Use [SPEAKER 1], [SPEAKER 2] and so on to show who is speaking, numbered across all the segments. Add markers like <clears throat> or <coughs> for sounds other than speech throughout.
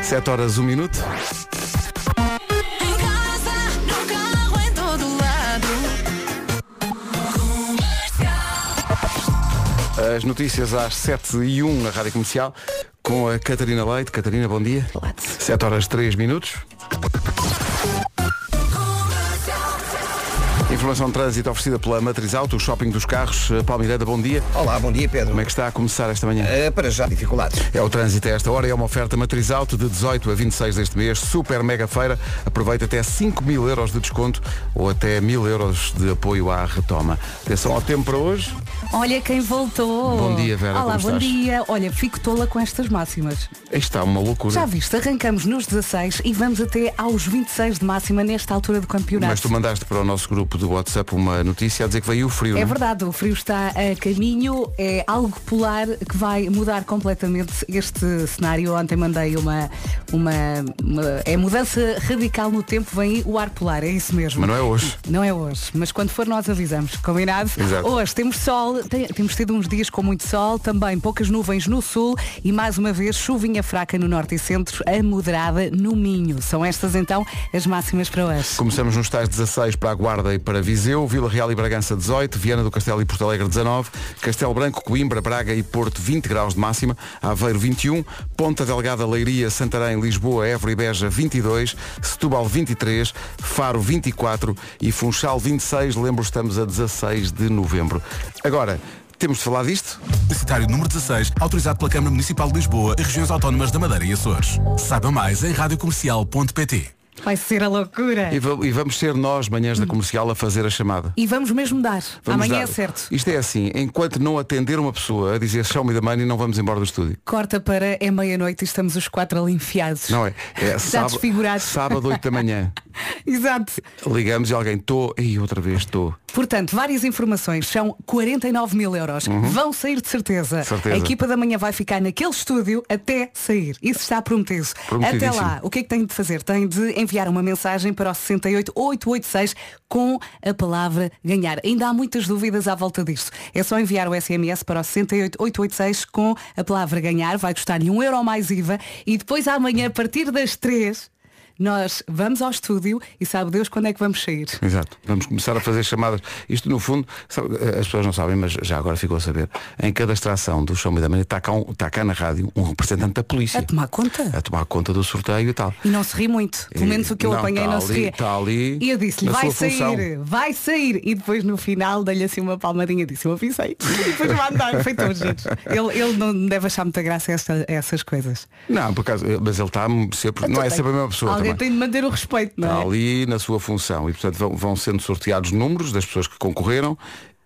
[SPEAKER 1] 7 horas 1 minuto.
[SPEAKER 2] Em casa, no carro, em todo lado. Comercial.
[SPEAKER 1] As notícias às 7 e 1 na Rádio Comercial com a Catarina Leite. Catarina, bom dia.
[SPEAKER 3] Olá.
[SPEAKER 1] 7 horas 3 minutos. Informação de trânsito oferecida pela Matriz Auto, o shopping dos carros. Palmeirada, bom dia.
[SPEAKER 4] Olá, bom dia Pedro.
[SPEAKER 1] Como é que está a começar esta manhã?
[SPEAKER 4] Eh, para já, dificuldades.
[SPEAKER 1] É o trânsito a esta hora, é uma oferta matriz alto de 18 a 26 deste mês, super mega feira, aproveita até 5 mil euros de desconto ou até mil euros de apoio à retoma. Atenção ao tempo para hoje,
[SPEAKER 3] Olha quem voltou.
[SPEAKER 1] Bom dia, Vera,
[SPEAKER 3] Olá,
[SPEAKER 1] como
[SPEAKER 3] bom
[SPEAKER 1] estás?
[SPEAKER 3] dia. Olha, fico tola com estas máximas.
[SPEAKER 1] Aí está uma loucura.
[SPEAKER 3] Já viste, arrancamos nos 16 e vamos até aos 26 de máxima nesta altura do campeonato.
[SPEAKER 1] Mas tu mandaste para o nosso grupo do WhatsApp uma notícia a dizer que veio o frio,
[SPEAKER 3] É
[SPEAKER 1] não
[SPEAKER 3] verdade, o frio está a caminho, é algo polar que vai mudar completamente este cenário. Ontem mandei uma, uma, uma- é mudança radical no tempo, vem aí o ar polar, é isso mesmo.
[SPEAKER 1] Mas não é hoje.
[SPEAKER 3] Não é hoje, mas quando for nós avisamos, combinado?
[SPEAKER 1] Exato.
[SPEAKER 3] Hoje temos sol, tem- temos tido uns dias com muito sol, também poucas nuvens no sul e mais uma vez chuvinha fraca no norte e centro, a moderada no Minho. São estas então as máximas para hoje.
[SPEAKER 1] Começamos nos tais 16 para a Guarda e para Viseu, Vila Real e Bragança 18, Viana do Castelo e Porto Alegre 19, Castelo Branco, Coimbra, Braga e Porto 20 graus de máxima, Aveiro 21, Ponta Delgada, Leiria, Santarém, Lisboa, Évora e Beja 22, Setúbal 23, Faro 24 e Funchal 26, lembro estamos a 16 de novembro. Agora, temos de falar disto?
[SPEAKER 5] Publicitário número 16, autorizado pela Câmara Municipal de Lisboa e regiões autónomas da Madeira e Açores. Saiba mais em radiocomercial.pt.
[SPEAKER 3] Vai ser a loucura.
[SPEAKER 1] E, va- e vamos ser nós, manhãs
[SPEAKER 3] Hum.
[SPEAKER 1] da comercial, a fazer a chamada.
[SPEAKER 3] E vamos mesmo dar.
[SPEAKER 1] Vamos
[SPEAKER 3] Amanhã
[SPEAKER 1] dar-
[SPEAKER 3] é certo.
[SPEAKER 1] Isto é assim, enquanto não atender uma pessoa a dizer show me the money, não vamos embora do estúdio.
[SPEAKER 3] Corta para é meia-noite e estamos os quatro ali enfiados.
[SPEAKER 1] Não é?
[SPEAKER 3] <laughs>
[SPEAKER 1] É
[SPEAKER 3] Já desfigurados.
[SPEAKER 1] sábado 8 da
[SPEAKER 3] <laughs>
[SPEAKER 1] manhã.
[SPEAKER 3] Exato.
[SPEAKER 1] Ligamos e alguém, estou, e outra vez estou.
[SPEAKER 3] Portanto, várias informações. São 49 mil euros. Vão sair Uhum. de certeza.
[SPEAKER 1] Certeza.
[SPEAKER 3] A equipa da manhã vai ficar naquele estúdio até sair. Isso está prometido. Até
[SPEAKER 1] Prometidíssimo.
[SPEAKER 3] lá, o que é que tem de fazer? Tem de enviar uma mensagem para o 68886 com a palavra ganhar. Ainda há muitas dúvidas à volta disto. É só enviar o SMS para o 68886 com a palavra ganhar. Vai custar-lhe um euro mais IVA. E depois amanhã, a partir das 3, nós vamos ao estúdio e sabe Deus quando é que vamos sair.
[SPEAKER 1] Exato. Vamos começar a fazer chamadas. Isto no fundo, sabe, eh, as pessoas não sabem, mas já agora ficou a saber. Em cada extração do show me the money está cá, um- está cá na rádio um representante da polícia.
[SPEAKER 3] A tomar conta.
[SPEAKER 1] A tomar conta do sorteio e tal.
[SPEAKER 3] E não se ri muito. Pelo
[SPEAKER 1] E-
[SPEAKER 3] menos o que eu
[SPEAKER 1] não,
[SPEAKER 3] apanhei
[SPEAKER 1] tá
[SPEAKER 3] não se
[SPEAKER 1] ali,
[SPEAKER 3] ri.
[SPEAKER 1] tá ali
[SPEAKER 3] e eu disse-lhe,
[SPEAKER 1] na
[SPEAKER 3] vai
[SPEAKER 1] sua
[SPEAKER 3] sair,
[SPEAKER 1] função."
[SPEAKER 3] vai sair. E depois no final dei-lhe assim uma palmadinha disse, eu avisei. E depois mandaram, foi tão giro. Ele, ele não deve achar muita graça a esta- a essas coisas.
[SPEAKER 1] Não, por acaso, eh, mas ele está sempre. Não é sempre a mesma pessoa.
[SPEAKER 3] Então Alguém
[SPEAKER 1] também.
[SPEAKER 3] tem de manter o respeito, não é?
[SPEAKER 1] Está ali na sua função e portanto vão, vão sendo sorteados números das pessoas que concorreram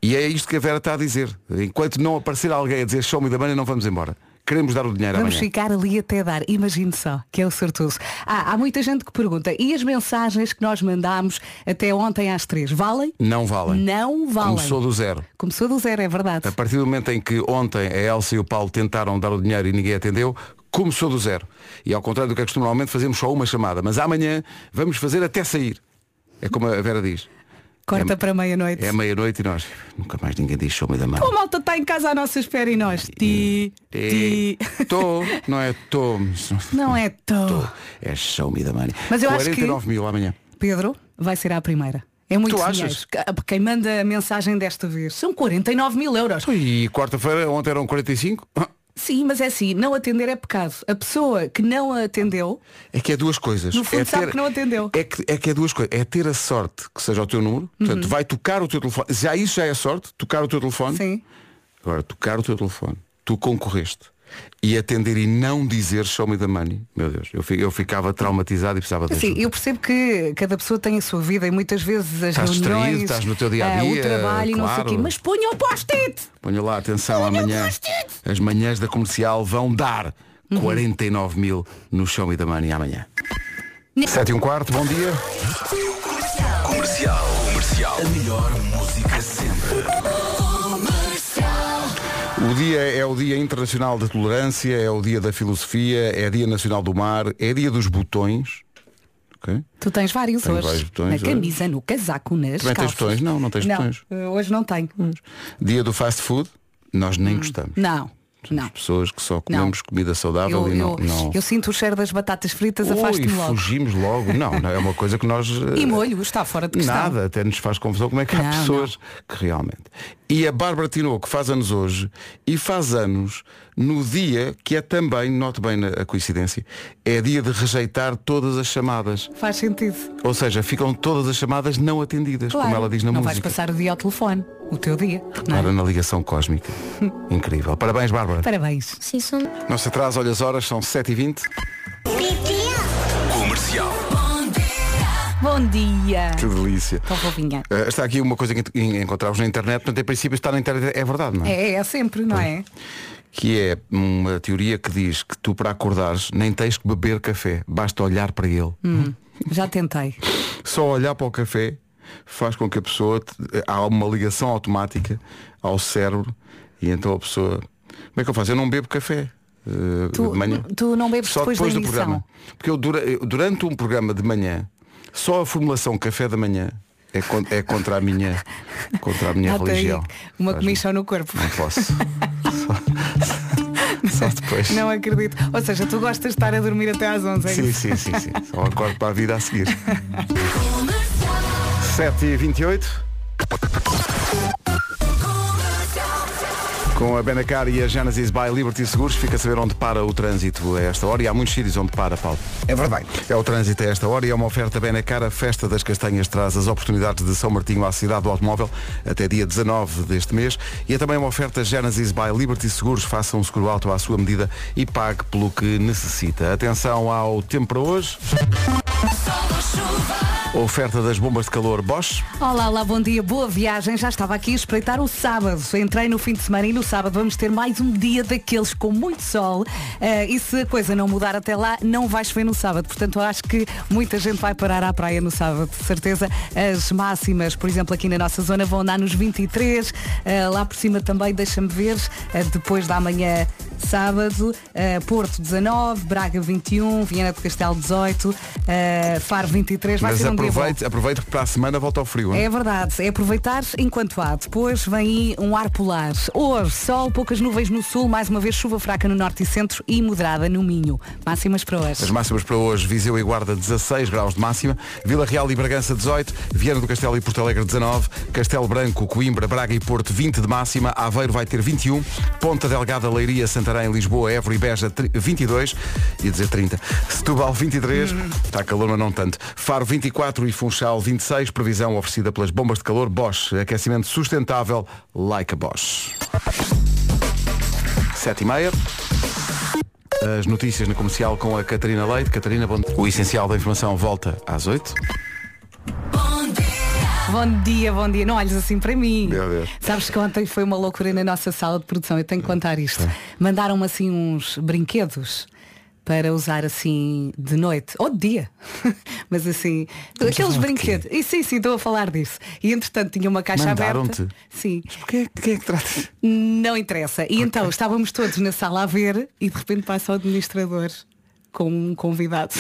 [SPEAKER 1] e é isto que a Vera está a dizer. Enquanto não aparecer alguém a dizer show me da manhã não vamos embora. Queremos dar o dinheiro
[SPEAKER 3] Vamos
[SPEAKER 1] amanhã.
[SPEAKER 3] ficar ali até dar, imagine só, que é o sortudo. Ah, há muita gente que pergunta, e as mensagens que nós mandámos até ontem às três, valem?
[SPEAKER 1] Não valem.
[SPEAKER 3] Não valem.
[SPEAKER 1] Começou do zero.
[SPEAKER 3] Começou do zero, é verdade.
[SPEAKER 1] A partir do momento em que ontem a Elsa e o Paulo tentaram dar o dinheiro e ninguém atendeu, começou do zero. E ao contrário do que é costume normalmente fazemos só uma chamada. Mas amanhã vamos fazer até sair. É como a Vera diz.
[SPEAKER 3] Corta para meia-noite.
[SPEAKER 1] É meia-noite e nós. Nunca mais ninguém diz show me da manhã.
[SPEAKER 3] Ou a Oh, malta está em casa à nossa espera e nós. Ti, ti.
[SPEAKER 1] Tô, não é tô.
[SPEAKER 3] Não é
[SPEAKER 1] Tô.
[SPEAKER 3] tu.
[SPEAKER 1] É show me the money.
[SPEAKER 3] Mas eu acho que-
[SPEAKER 1] 49 mil amanhã.
[SPEAKER 3] Pedro vai ser à primeira. É muito
[SPEAKER 1] Tu
[SPEAKER 3] dinheiro.
[SPEAKER 1] achas?
[SPEAKER 3] Que- Quem manda a mensagem desta vez são 49 mil euros.
[SPEAKER 1] E quarta-feira, ontem eram 45?
[SPEAKER 3] Sim, mas é assim, não atender é pecado. A pessoa que não a atendeu,
[SPEAKER 1] É que é duas coisas.
[SPEAKER 3] No fundo
[SPEAKER 1] é
[SPEAKER 3] sabe que não atendeu.
[SPEAKER 1] É que, é que é duas coisas. É ter a sorte que seja o teu número. Portanto,
[SPEAKER 3] Uhum.
[SPEAKER 1] vai tocar o teu telefone. Já isso já é sorte, tocar o teu telefone.
[SPEAKER 3] sim.
[SPEAKER 1] Agora, tocar o teu telefone. Tu concorreste. E atender e não dizer show me the money. Meu Deus, eu, fi- eu ficava traumatizado e precisava de
[SPEAKER 3] Assim,
[SPEAKER 1] ajuda.
[SPEAKER 3] eu percebo que cada pessoa tem a sua vida e muitas vezes as
[SPEAKER 1] Estás distraído,
[SPEAKER 3] reuniões,
[SPEAKER 1] estás no teu dia-a-dia,
[SPEAKER 3] ah, o trabalho, e não sei o
[SPEAKER 1] claro.
[SPEAKER 3] quê, mas ponha o post-it!
[SPEAKER 1] Ponha lá atenção amanhã. As manhãs da comercial vão dar
[SPEAKER 3] Uhum.
[SPEAKER 1] 49 mil no Show Me the Money amanhã. 7 e um quarto, bom dia.
[SPEAKER 5] Comercial, comercial. A melhor música sempre.
[SPEAKER 1] O dia é o Dia Internacional da Tolerância, é o Dia da Filosofia, é Dia Nacional do Mar, é Dia dos Botões. Ok?
[SPEAKER 3] Tu tens vários
[SPEAKER 1] Tenho
[SPEAKER 3] hoje.
[SPEAKER 1] vários botões, é.
[SPEAKER 3] na camisa, no casaco,
[SPEAKER 1] Também
[SPEAKER 3] nas
[SPEAKER 1] tens
[SPEAKER 3] calças.
[SPEAKER 1] botões? Não, não tens botões. Hum.
[SPEAKER 3] eh, Hoje não tenho.
[SPEAKER 1] Dia do Fast Food, nós nem gostamos.
[SPEAKER 3] Não.
[SPEAKER 1] gosto
[SPEAKER 3] Hum. Não.
[SPEAKER 1] das pessoas que só comemos comida saudável
[SPEAKER 3] Eu,
[SPEAKER 1] e não.
[SPEAKER 3] eu-
[SPEAKER 1] não...
[SPEAKER 3] eu sinto o cheiro das batatas fritas,
[SPEAKER 1] Ui,
[SPEAKER 3] afaste-me logo.
[SPEAKER 1] fugimos logo. Não, não, é uma coisa que
[SPEAKER 3] <laughs>
[SPEAKER 1] nós. eh,
[SPEAKER 3] E molho, está fora de questão.
[SPEAKER 1] Nada, até nos faz confusão como é que há
[SPEAKER 3] Não,
[SPEAKER 1] pessoas que realmente. E a Bárbara Tinoco faz anos hoje e faz anos no dia que é também, note bem a coincidência, é dia de rejeitar todas as chamadas.
[SPEAKER 3] Faz sentido.
[SPEAKER 1] Ou seja, ficam todas as chamadas não atendidas,
[SPEAKER 3] Claro.
[SPEAKER 1] como ela diz na
[SPEAKER 3] não vais
[SPEAKER 1] música.
[SPEAKER 3] passar o dia ao telefone, o teu dia. não é?
[SPEAKER 1] Para na ligação
[SPEAKER 3] <laughs>
[SPEAKER 1] cósmica. Incrível. Parabéns, Bárbara.
[SPEAKER 3] Parabéns.
[SPEAKER 2] Sim, são.
[SPEAKER 1] Não se atrasa, olha as horas, são 7h20.
[SPEAKER 5] Comercial.
[SPEAKER 3] Bom dia.
[SPEAKER 1] Que delícia.
[SPEAKER 3] Tão fofinha.
[SPEAKER 1] Eh, está aqui uma coisa que en- encontramos na internet, portanto, em princípio, está na internet é verdade, não é?
[SPEAKER 3] É, é sempre, não é?
[SPEAKER 1] Que é uma teoria que diz que tu, para acordares, nem tens que beber café, basta olhar para ele.
[SPEAKER 3] Já tentei.
[SPEAKER 1] Só olhar para o café faz com que a pessoa. te- Há uma ligação automática ao cérebro e então a pessoa. Como é que eu faço? Eu não bebo café. eh,
[SPEAKER 3] Tu-
[SPEAKER 1] de manhã.
[SPEAKER 3] tu não bebes
[SPEAKER 1] Só
[SPEAKER 3] depois
[SPEAKER 1] depois,
[SPEAKER 3] da
[SPEAKER 1] do
[SPEAKER 3] emissão?
[SPEAKER 1] programa. Porque eu, dura- eu- durante um programa de manhã, só a formulação café da manhã é, con- é contra a minha, contra a
[SPEAKER 3] <laughs>
[SPEAKER 1] minha
[SPEAKER 3] Há-te aí
[SPEAKER 1] é religião.
[SPEAKER 3] uma
[SPEAKER 1] Faz-me-
[SPEAKER 3] comichão
[SPEAKER 1] <laughs>
[SPEAKER 3] no corpo.
[SPEAKER 1] Não
[SPEAKER 3] <laughs>
[SPEAKER 1] posso. só, só depois.
[SPEAKER 3] Não acredito. Ou seja, tu gostas de estar a dormir até às 11, é
[SPEAKER 1] Sim,
[SPEAKER 3] isso?
[SPEAKER 1] sim, sim, sim. Só acordo para a vida a seguir.
[SPEAKER 2] é
[SPEAKER 1] 7h28. Com a Benacar e a Genesis by Liberty Seguros, fica a saber onde para o trânsito a esta hora. E há muitos sítios onde para, Paulo.
[SPEAKER 4] É verdade.
[SPEAKER 1] É o trânsito a esta hora e é uma oferta bem na cara. A Festa das Castanhas traz as oportunidades de São Martinho à cidade do automóvel até dia 19 deste mês. E é também uma oferta Genesis by Liberty Seguros. Faça um seguro alto à sua medida e pague pelo que necessita. Atenção ao tempo para hoje. Oferta das bombas de calor Bosch.
[SPEAKER 3] Olá, olá, bom dia, boa viagem. Já estava aqui a espreitar o sábado. Entrei no fim de semana e no sábado vamos ter mais um dia daqueles com muito sol. Eh, e se a coisa não mudar até lá, não vai chover no sábado. Portanto, eu acho que muita gente vai parar à praia no sábado. De certeza, as máximas, por exemplo, aqui na nossa zona vão andar nos 23. eh, lá por cima também, deixa-me ver, eh, depois da manhã sábado, eh, Porto 19, Braga 21, Viana do Castelo 18, eh, Faro 23. Vai
[SPEAKER 1] Mas
[SPEAKER 3] ser um dia bom.
[SPEAKER 1] aproveite, aproveite que para a semana volta ao frio. hein?
[SPEAKER 3] É verdade, é aproveitar enquanto há. Depois vem aí um ar polar. Hoje, sol, poucas nuvens no sul, mais uma vez chuva fraca no norte e centro e moderada no Minho. Máximas para
[SPEAKER 1] As
[SPEAKER 3] hoje.
[SPEAKER 1] máximas para hoje, Viseu e Guarda 16 graus de máxima, Vila Real e Bragança 18, Viana do Castelo e Porto Alegre 19, Castelo Branco, Coimbra, Braga e Porto 20 de máxima, Aveiro vai ter 21, Ponta Delgada, Leiria, Santarém, Lisboa, Évora e Beja tri- 22, ia dizer 30, Setúbal 23,
[SPEAKER 3] Uhum.
[SPEAKER 1] está Tá calor mas não tanto, Faro 24 e Funchal 26, previsão oferecida pelas bombas de calor Bosch, aquecimento sustentável, like a Bosch. 7 e meia. As notícias na comercial com a Catarina Leite. Catarina, bom dia. O essencial da informação volta às 8.
[SPEAKER 3] Bom dia, bom dia. Não olhes assim para mim.
[SPEAKER 1] Meu Deus.
[SPEAKER 3] Sabes que ontem foi uma loucura na nossa sala de produção. Eu tenho que contar isto. Mandaram-me assim uns brinquedos para usar assim de noite ou de dia <laughs> mas assim aqueles brinquedos e sim sim estou a falar disso e entretanto tinha uma caixa aberta
[SPEAKER 1] Mandaram-te?
[SPEAKER 3] sim
[SPEAKER 1] Quem é, quem é que trata?
[SPEAKER 3] Não interessa. E então estávamos todos na sala a ver e de repente passa o administrador com um convidado.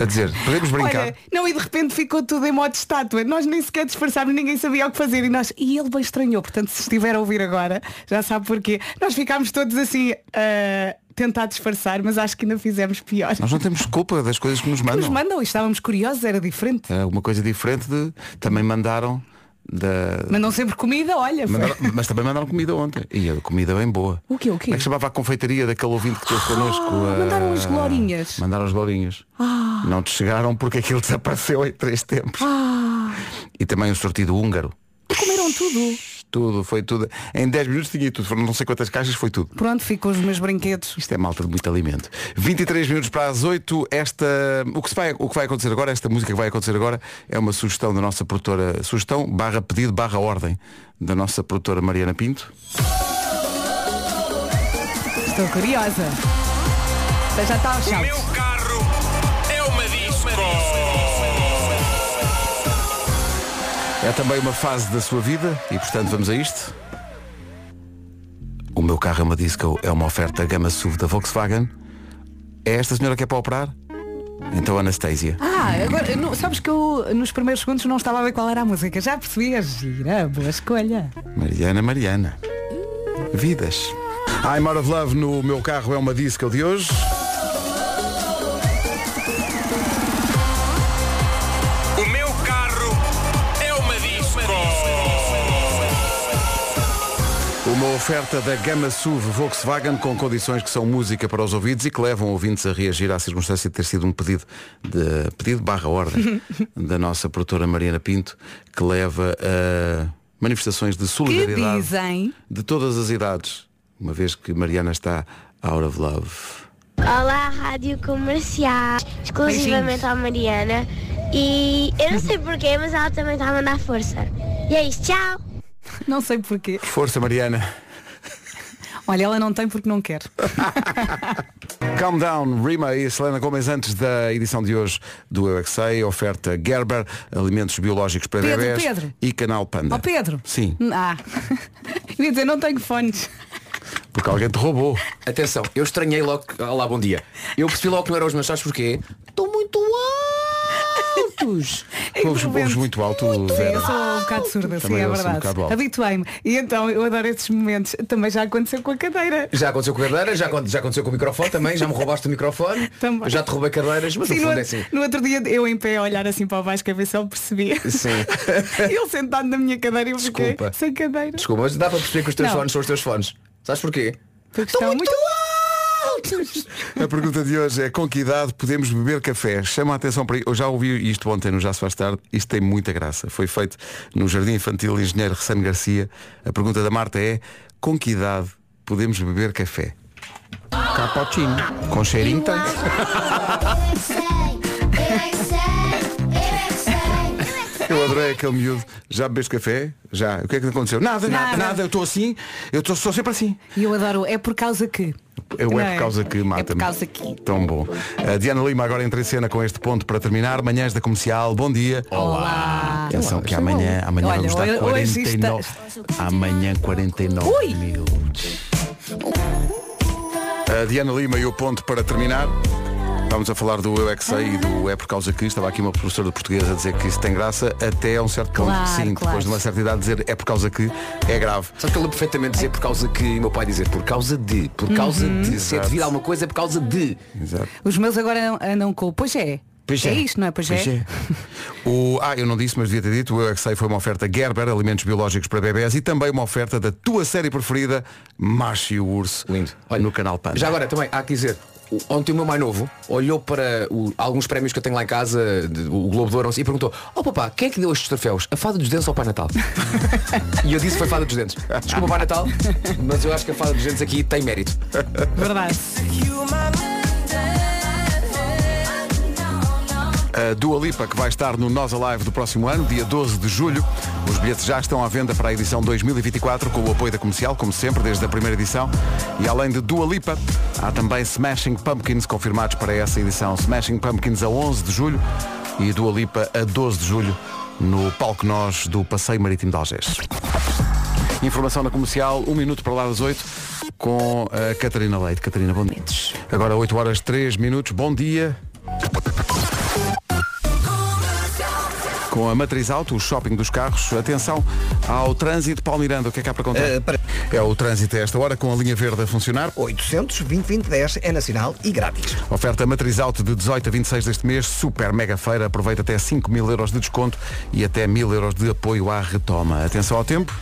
[SPEAKER 1] A dizer, podemos brincar?
[SPEAKER 3] Olha, não, e de repente ficou tudo em modo estátua. Nós nem sequer disfarçámos, ninguém sabia o que fazer. E, nós... e ele bem estranhou, portanto, se estiver a ouvir agora, já sabe porquê. Nós ficámos todos assim a tentar disfarçar, mas acho que ainda fizemos pior.
[SPEAKER 1] Nós não temos culpa das coisas que nos mandam.
[SPEAKER 3] Nos mandam e estávamos curiosos, era diferente.
[SPEAKER 1] É uma coisa diferente de. Também mandaram da.
[SPEAKER 3] Mandam sempre comida, olha. foi.
[SPEAKER 1] mandaram- mas também mandaram comida ontem. E a comida bem boa.
[SPEAKER 3] O quê, o quê?
[SPEAKER 1] Como é que chamava a confeitaria daquele ouvinte que teve connosco?
[SPEAKER 3] Ah,
[SPEAKER 1] A-
[SPEAKER 3] mandaram as glorinhas. Ah.
[SPEAKER 1] Mandaram as glorinhas. Não te chegaram porque aquilo desapareceu em três tempos.
[SPEAKER 3] Ah.
[SPEAKER 1] E também o sortido húngaro.
[SPEAKER 3] Comeram tudo.
[SPEAKER 1] Tudo, foi tudo. Em 10 minutos tinha tudo. Foram não sei quantas caixas, foi tudo.
[SPEAKER 3] Pronto, ficam os meus brinquedos.
[SPEAKER 1] Isto é malta de muito alimento. 23 minutos para as 8, esta, o, que se vai, o que vai acontecer agora, esta música que vai acontecer agora, é uma sugestão da nossa produtora, sugestão, barra pedido, barra ordem, da nossa produtora Mariana Pinto.
[SPEAKER 3] Estou curiosa. Mas Já está ao chão.
[SPEAKER 5] carro é uma disco.
[SPEAKER 1] É também uma fase da sua vida e, portanto, vamos a isto. O meu carro é uma disco, é uma oferta gama SUV da Volkswagen. É esta senhora que é para operar? Então, Anastasia.
[SPEAKER 3] Ah, agora, não- sabes que eu nos primeiros segundos não estava a ver qual era a música. Já percebi, é gira, boa escolha.
[SPEAKER 1] Mariana, Mariana. Vidas. I'm Out of Love no meu carro é uma disco de hoje.
[SPEAKER 4] O meu carro é uma disco.
[SPEAKER 1] Uma oferta da Gama SUV Volkswagen com condições que são música para os ouvidos e que levam ouvintes a reagir à circunstância de ter sido um pedido de pedido barra
[SPEAKER 3] <laughs>
[SPEAKER 1] ordem da nossa produtora Mariana Pinto que leva a manifestações de
[SPEAKER 3] Que
[SPEAKER 1] solidariedade
[SPEAKER 3] dizem.
[SPEAKER 1] de todas as idades, uma vez que Mariana está out of love.
[SPEAKER 6] Olá, Rádio Comercial, exclusivamente
[SPEAKER 3] Beijinhos.
[SPEAKER 6] à Mariana. E eu não sei porquê, mas ela também está a mandar força. E é isso, tchau!
[SPEAKER 3] Não sei porquê.
[SPEAKER 1] Força Mariana.
[SPEAKER 3] Olha, ela não tem porque não quer.
[SPEAKER 1] Calm Down, Rima e Selena Gomes antes da edição de hoje do Eu É Que Sei, oferta Gerber, alimentos biológicos para
[SPEAKER 3] Pedro,
[SPEAKER 1] bebés
[SPEAKER 3] Pedro.
[SPEAKER 1] e canal Panda.
[SPEAKER 3] Ó Pedro.
[SPEAKER 1] Sim,
[SPEAKER 3] Ah. <laughs> Eu ia dizer, não tenho fones.
[SPEAKER 1] porque alguém te
[SPEAKER 3] <laughs>
[SPEAKER 1] roubou.
[SPEAKER 7] Atenção, eu estranhei logo. que- Olá, bom dia. Eu percebi logo que não eram os meus, sabes porquê? Estão muito
[SPEAKER 3] <laughs>
[SPEAKER 7] altos.
[SPEAKER 1] Ouves, ouves muito alto,
[SPEAKER 3] Sim,
[SPEAKER 1] Vera.
[SPEAKER 3] eu sou um bocado surda, sim,
[SPEAKER 1] Também
[SPEAKER 3] é
[SPEAKER 1] eu sou um
[SPEAKER 3] verdade.
[SPEAKER 1] bocado alto.
[SPEAKER 3] Habituei-me. E então eu adoro esses momentos. Também já aconteceu com a cadeira.
[SPEAKER 7] Já aconteceu com a cadeira, já, aconte- já aconteceu com o microfone também, já me roubaste o microfone,
[SPEAKER 3] Também.
[SPEAKER 7] já te roubei cadeiras, mas
[SPEAKER 3] Sim,
[SPEAKER 7] no
[SPEAKER 3] no,
[SPEAKER 7] fundo
[SPEAKER 3] outro-
[SPEAKER 7] é assim.
[SPEAKER 3] no outro dia eu em pé a olhar assim para baixo, que a ver se ele percebia. <laughs>
[SPEAKER 7] Sim.
[SPEAKER 3] Ele sentado na minha cadeira e eu fiquei
[SPEAKER 7] Desculpa.
[SPEAKER 3] sem cadeira.
[SPEAKER 7] Desculpa, mas dá para perceber que os teus
[SPEAKER 3] Não.
[SPEAKER 7] fones são os teus fones. Sabes porquê?
[SPEAKER 3] Porque está muito
[SPEAKER 7] altos.
[SPEAKER 1] A pergunta de hoje é com que idade podemos beber café? Chama a atenção para Eu já ouvi isto ontem no Já se faz tarde. Isto tem muita graça. Foi feito no Jardim Infantil Engenheiro Ressano Garcia. A pergunta da Marta é com que idade podemos beber café? Cappuccino. Com cheirinho tem.
[SPEAKER 6] é é
[SPEAKER 1] Eu adorei aquele miúdo. Já bebeste café? Já. O que é que te aconteceu? Nada, nada,
[SPEAKER 3] Nada.
[SPEAKER 1] nada. Eu estou assim. Eu estou sou sempre assim.
[SPEAKER 3] E eu adoro, é por causa que.
[SPEAKER 1] Eu
[SPEAKER 3] Não
[SPEAKER 1] é
[SPEAKER 3] é?
[SPEAKER 1] por causa
[SPEAKER 3] É
[SPEAKER 1] que
[SPEAKER 3] por
[SPEAKER 1] mata-me.
[SPEAKER 3] causa que.
[SPEAKER 1] Tão bom. A Diana Lima agora entra em cena com este ponto para terminar. Manhãs da Comercial. Bom dia.
[SPEAKER 3] Olá.
[SPEAKER 1] Atenção que amanhã, amanhã
[SPEAKER 3] Olha,
[SPEAKER 1] vamos dar
[SPEAKER 3] hoje
[SPEAKER 1] 49. Amanhã 49
[SPEAKER 3] Ui!
[SPEAKER 1] mil. A Diana Lima e o ponto para terminar. Estávamos a falar do Eu é que sei e do É por causa que estava aqui uma professora de português a dizer que isso tem graça até a um certo ponto.
[SPEAKER 3] Claro,
[SPEAKER 1] Sim,
[SPEAKER 3] claro.
[SPEAKER 1] depois de uma certa idade dizer é por causa que é grave.
[SPEAKER 7] Sabes que ele perfeitamente dizer por causa que e o meu pai dizer por causa de,
[SPEAKER 3] Uhum.
[SPEAKER 7] por causa de, se é devido a alguma coisa é por causa de.
[SPEAKER 1] Exato.
[SPEAKER 3] Os meus agora não- andam com o pois é. é. isto, não é? Pois, é.
[SPEAKER 1] O, ah, eu não disse, mas devia ter dito. O Eu é que sei foi uma oferta Gerber, alimentos biológicos para bebés e também uma oferta da tua série preferida, Macho e o Urso.
[SPEAKER 7] Lindo.
[SPEAKER 1] Olha, no canal Panda.
[SPEAKER 7] Já agora também há que dizer, o- ontem o meu mais novo olhou para o- alguns prémios que eu tenho lá em casa, de- o Globo de Ouro não sei, e perguntou, oh papá, quem é que deu estes troféus? A fada dos dentes ou o Pai Natal?
[SPEAKER 1] <laughs>
[SPEAKER 7] e eu disse foi fada dos dentes. Desculpa Pai Natal, mas eu acho que a fada dos dentes aqui tem mérito.
[SPEAKER 3] Verdade.
[SPEAKER 1] A Dua Lipa, que vai estar no Nós Alive do próximo ano, dia 12 de julho. Os bilhetes já estão à venda para a edição 2024, com o apoio da comercial, como sempre, desde a primeira edição. E além de Dua Lipa, há também Smashing Pumpkins confirmados para essa edição. Smashing Pumpkins a 11 de julho e Dua Lipa a 12 de julho, no Palco Nós do Passeio Marítimo de Algés. Informação na comercial, um minuto para lá das 8, com a Catarina Leite. Catarina, bom dia. Agora 8 horas 3 minutos, bom dia. Com a Matriz Auto, o shopping dos carros, atenção ao trânsito. Paulo Miranda, o que é que há para contar?
[SPEAKER 8] Eh, para-
[SPEAKER 1] É o trânsito a esta hora, com a linha verde a funcionar.
[SPEAKER 8] 800 2010 é nacional e grátis.
[SPEAKER 1] Oferta Matriz Auto de 18 a 26 deste mês, super mega feira. Aproveita até 5 mil euros de desconto e até mil euros de apoio à retoma. Atenção ao tempo.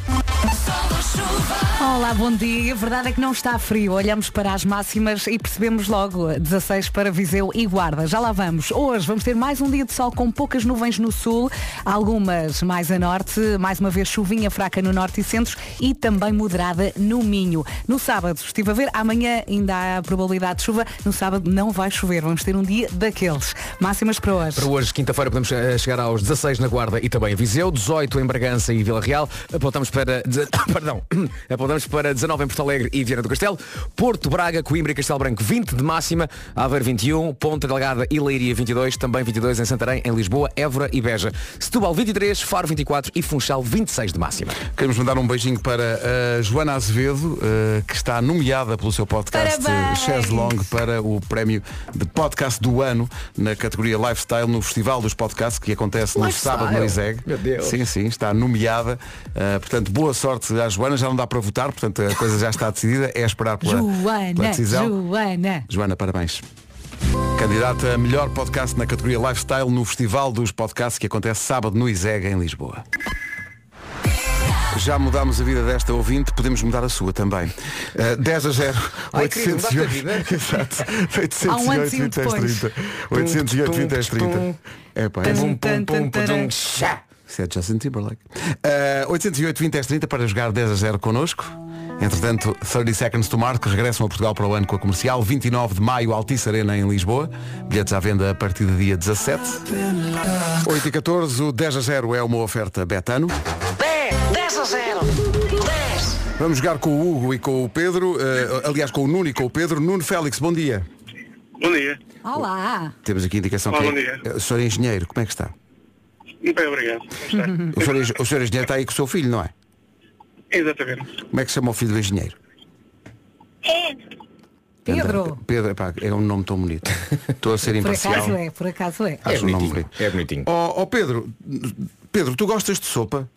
[SPEAKER 3] Olá, bom dia. A verdade é que não está frio. Olhamos para as máximas e percebemos logo 16 para Viseu e Guarda. Já lá vamos. Hoje vamos ter mais um dia de sol com poucas nuvens no sul, algumas mais a norte, mais uma vez chuvinha fraca no norte e centro e também moderada no Minho. No sábado, estive a ver, amanhã ainda há probabilidade de chuva. No sábado não vai chover. Vamos ter um dia daqueles. Máximas para hoje.
[SPEAKER 7] Para hoje, quinta-feira, podemos eh, chegar aos 16 na Guarda e também em Viseu, 18 em Bragança e Vila Real, apontamos para, deze- <coughs> perdão, apontamos para 19 em Porto Alegre e Viana do Castelo, Porto, Braga, Coimbra e Castelo Branco 20 de máxima, Aveiro 21, Ponta Delgada e Leiria 22, também 22 em Santarém, em Lisboa, Évora e Beja, Setúbal 23, Faro 24 e Funchal 26 de máxima.
[SPEAKER 1] Queremos mandar um beijinho para a Joana Azevedo, eh, que está nomeada pelo seu podcast
[SPEAKER 3] Parabéns!
[SPEAKER 1] Chaz Long para o prémio de podcast do ano na categoria Lifestyle no Festival dos Podcasts que acontece no
[SPEAKER 7] Lifestyle?
[SPEAKER 1] sábado no Iseg.
[SPEAKER 7] Meu Deus.
[SPEAKER 1] Sim, sim, está nomeada. Eh, portanto, boa sorte à Joana. Já não dá para votar votar, portanto a coisa já está decidida, é esperar pela, pela
[SPEAKER 3] Joana,
[SPEAKER 1] decisão.
[SPEAKER 3] Joana.
[SPEAKER 1] Joana, parabéns. Candidata a melhor podcast na categoria Lifestyle no Festival dos Podcasts que acontece sábado no ISEG em Lisboa. Já mudámos a vida desta ouvinte, podemos mudar a sua também. Eh, 10 a 0,
[SPEAKER 7] Ai, querido, mudaste a
[SPEAKER 1] 808, <laughs> Exato. 808,
[SPEAKER 3] antes e um
[SPEAKER 1] 20 10
[SPEAKER 3] depois.
[SPEAKER 1] 30. 808, 20 10 30. É pá, é bom.
[SPEAKER 7] Pum, pum, pum, pum, chá.
[SPEAKER 1] Isso é Justin Timberlake. Uh, 808 20 10 30 para jogar 10 a 0 connosco. Entretanto, 30 Seconds to Mars, que regressam a Portugal para o ano com a comercial. 29 de maio, Altice Arena, em Lisboa. Bilhetes à venda a partir do dia 17. 8 e 14, o 10 a 0 é uma oferta Betano.
[SPEAKER 9] 10, 10 a 0. 10.
[SPEAKER 1] Vamos jogar com o Hugo e com o Pedro. uh, aliás, com o Nuno e com o Pedro. Nuno Félix, bom dia.
[SPEAKER 10] Bom dia.
[SPEAKER 3] Olá.
[SPEAKER 1] Temos aqui a indicação
[SPEAKER 10] Olá,
[SPEAKER 1] que é-
[SPEAKER 10] bom dia.
[SPEAKER 1] O senhor é engenheiro, como é que está?
[SPEAKER 10] Muito bem, obrigado. Está.
[SPEAKER 7] Uhum.
[SPEAKER 1] O senhor, é- o senhor engenheiro está aí com o seu filho, não é?
[SPEAKER 10] Exatamente.
[SPEAKER 1] Como é que se chama o filho do engenheiro? Então,
[SPEAKER 3] Pedro.
[SPEAKER 1] Pedro, epá, é um nome tão bonito. Estou a ser
[SPEAKER 3] <laughs> Por
[SPEAKER 1] imparcial.
[SPEAKER 3] acaso é, por acaso é.
[SPEAKER 1] Acho um nome
[SPEAKER 7] bonitinho,
[SPEAKER 1] bonito.
[SPEAKER 7] é bonitinho.
[SPEAKER 1] Ó ó, Pedro, Pedro, tu gostas de sopa?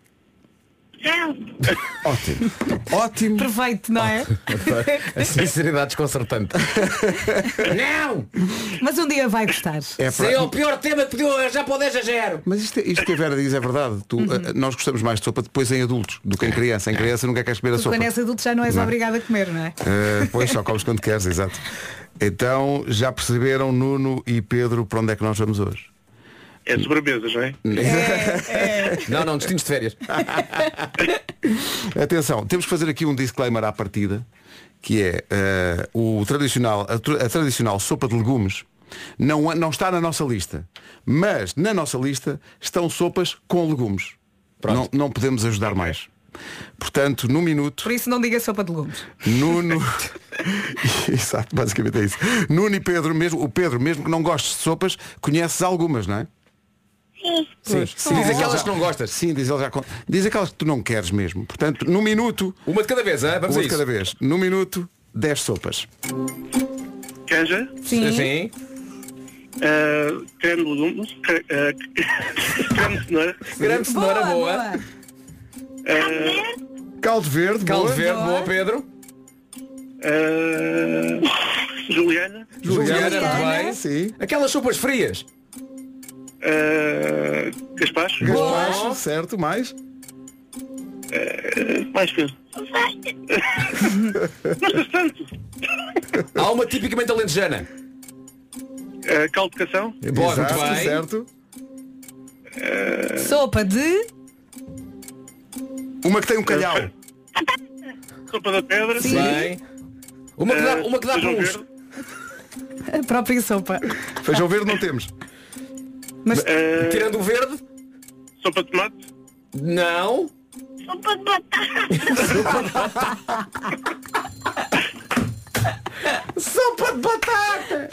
[SPEAKER 3] <laughs>
[SPEAKER 1] Ótimo. Ótimo.
[SPEAKER 3] Perfeito, não é?
[SPEAKER 7] A sinceridade desconcertante. <laughs> não!
[SPEAKER 3] Mas um dia vai gostar.
[SPEAKER 1] É
[SPEAKER 7] Esse
[SPEAKER 1] pra-
[SPEAKER 7] é o pior tema que pediu já para o 10 a 0.
[SPEAKER 1] Mas isto, isto que a Vera diz é verdade. Tu,
[SPEAKER 3] Uhum.
[SPEAKER 1] eh, Nós gostamos mais de sopa depois em adultos do que em criança. Em
[SPEAKER 7] É.
[SPEAKER 1] criança nunca queres comer a
[SPEAKER 3] Porque
[SPEAKER 1] sopa.
[SPEAKER 3] quando és adulto já não és
[SPEAKER 1] Não.
[SPEAKER 3] obrigado a comer, não é?
[SPEAKER 1] Eh, pois só comes quando queres, exato. Então já perceberam Nuno e Pedro para onde é que nós vamos hoje?
[SPEAKER 10] É sobremesas, não é?
[SPEAKER 7] Hum. Não, não, destinos de férias.
[SPEAKER 1] Atenção, temos que fazer aqui um disclaimer à partida, que é eh, o tradicional, a, tr- a tradicional sopa de legumes não, a- não está na nossa lista. Mas na nossa lista estão sopas com legumes. Não, não podemos ajudar mais. Portanto, no minuto,
[SPEAKER 3] Por isso não diga sopa de legumes.
[SPEAKER 1] Nuno. <laughs> Exato, basicamente é isso. Nuno e Pedro, mesmo, o Pedro, mesmo que não gostes de sopas, conheces algumas, não é?
[SPEAKER 7] Sim, sim. Diz aquelas que não gostas.
[SPEAKER 1] Sim, diz, ele já, con- diz aquelas que tu não queres mesmo. Portanto, no minuto,
[SPEAKER 7] Uma de cada vez, hein? vamos
[SPEAKER 1] uma
[SPEAKER 7] a
[SPEAKER 1] de
[SPEAKER 7] isso.
[SPEAKER 1] cada vez. No minuto, 10 sopas.
[SPEAKER 10] Canja,
[SPEAKER 3] Sim.
[SPEAKER 7] Sim.
[SPEAKER 10] ah, creme de legumes, cre- ah, <laughs> creme de cenoura,
[SPEAKER 7] Grande cenoura boa.
[SPEAKER 10] ah,
[SPEAKER 1] Caldo verde,
[SPEAKER 7] Caldo
[SPEAKER 1] boa.
[SPEAKER 7] verde, boa Pedro.
[SPEAKER 10] ah, juliana,
[SPEAKER 7] Juliana,
[SPEAKER 3] Juliana.
[SPEAKER 7] muito bem.
[SPEAKER 1] Sim.
[SPEAKER 7] Aquelas sopas frias.
[SPEAKER 10] ah, gaspacho,
[SPEAKER 1] Mais, certo, mais.
[SPEAKER 7] Hum.
[SPEAKER 10] ah, mais Pedro. Gostas tanto?
[SPEAKER 7] Há uma tipicamente alentejana.
[SPEAKER 10] Ah, caldo de cação,
[SPEAKER 7] Boa,
[SPEAKER 1] Exato,
[SPEAKER 7] muito bem.
[SPEAKER 1] certo.
[SPEAKER 3] Sopa de.
[SPEAKER 1] Uma que tem um calhau.
[SPEAKER 10] sopa da pedra,
[SPEAKER 3] Sim.
[SPEAKER 7] Bem. Uma que dá,
[SPEAKER 10] ah,
[SPEAKER 7] uma que dá
[SPEAKER 10] feijão
[SPEAKER 7] pulos.
[SPEAKER 10] verde,
[SPEAKER 3] A própria sopa.
[SPEAKER 1] Feijão verde não temos.
[SPEAKER 3] Mas
[SPEAKER 10] ah,
[SPEAKER 7] Tirando o verde?
[SPEAKER 10] sopa de tomate,
[SPEAKER 7] Não.
[SPEAKER 1] sopa de batata!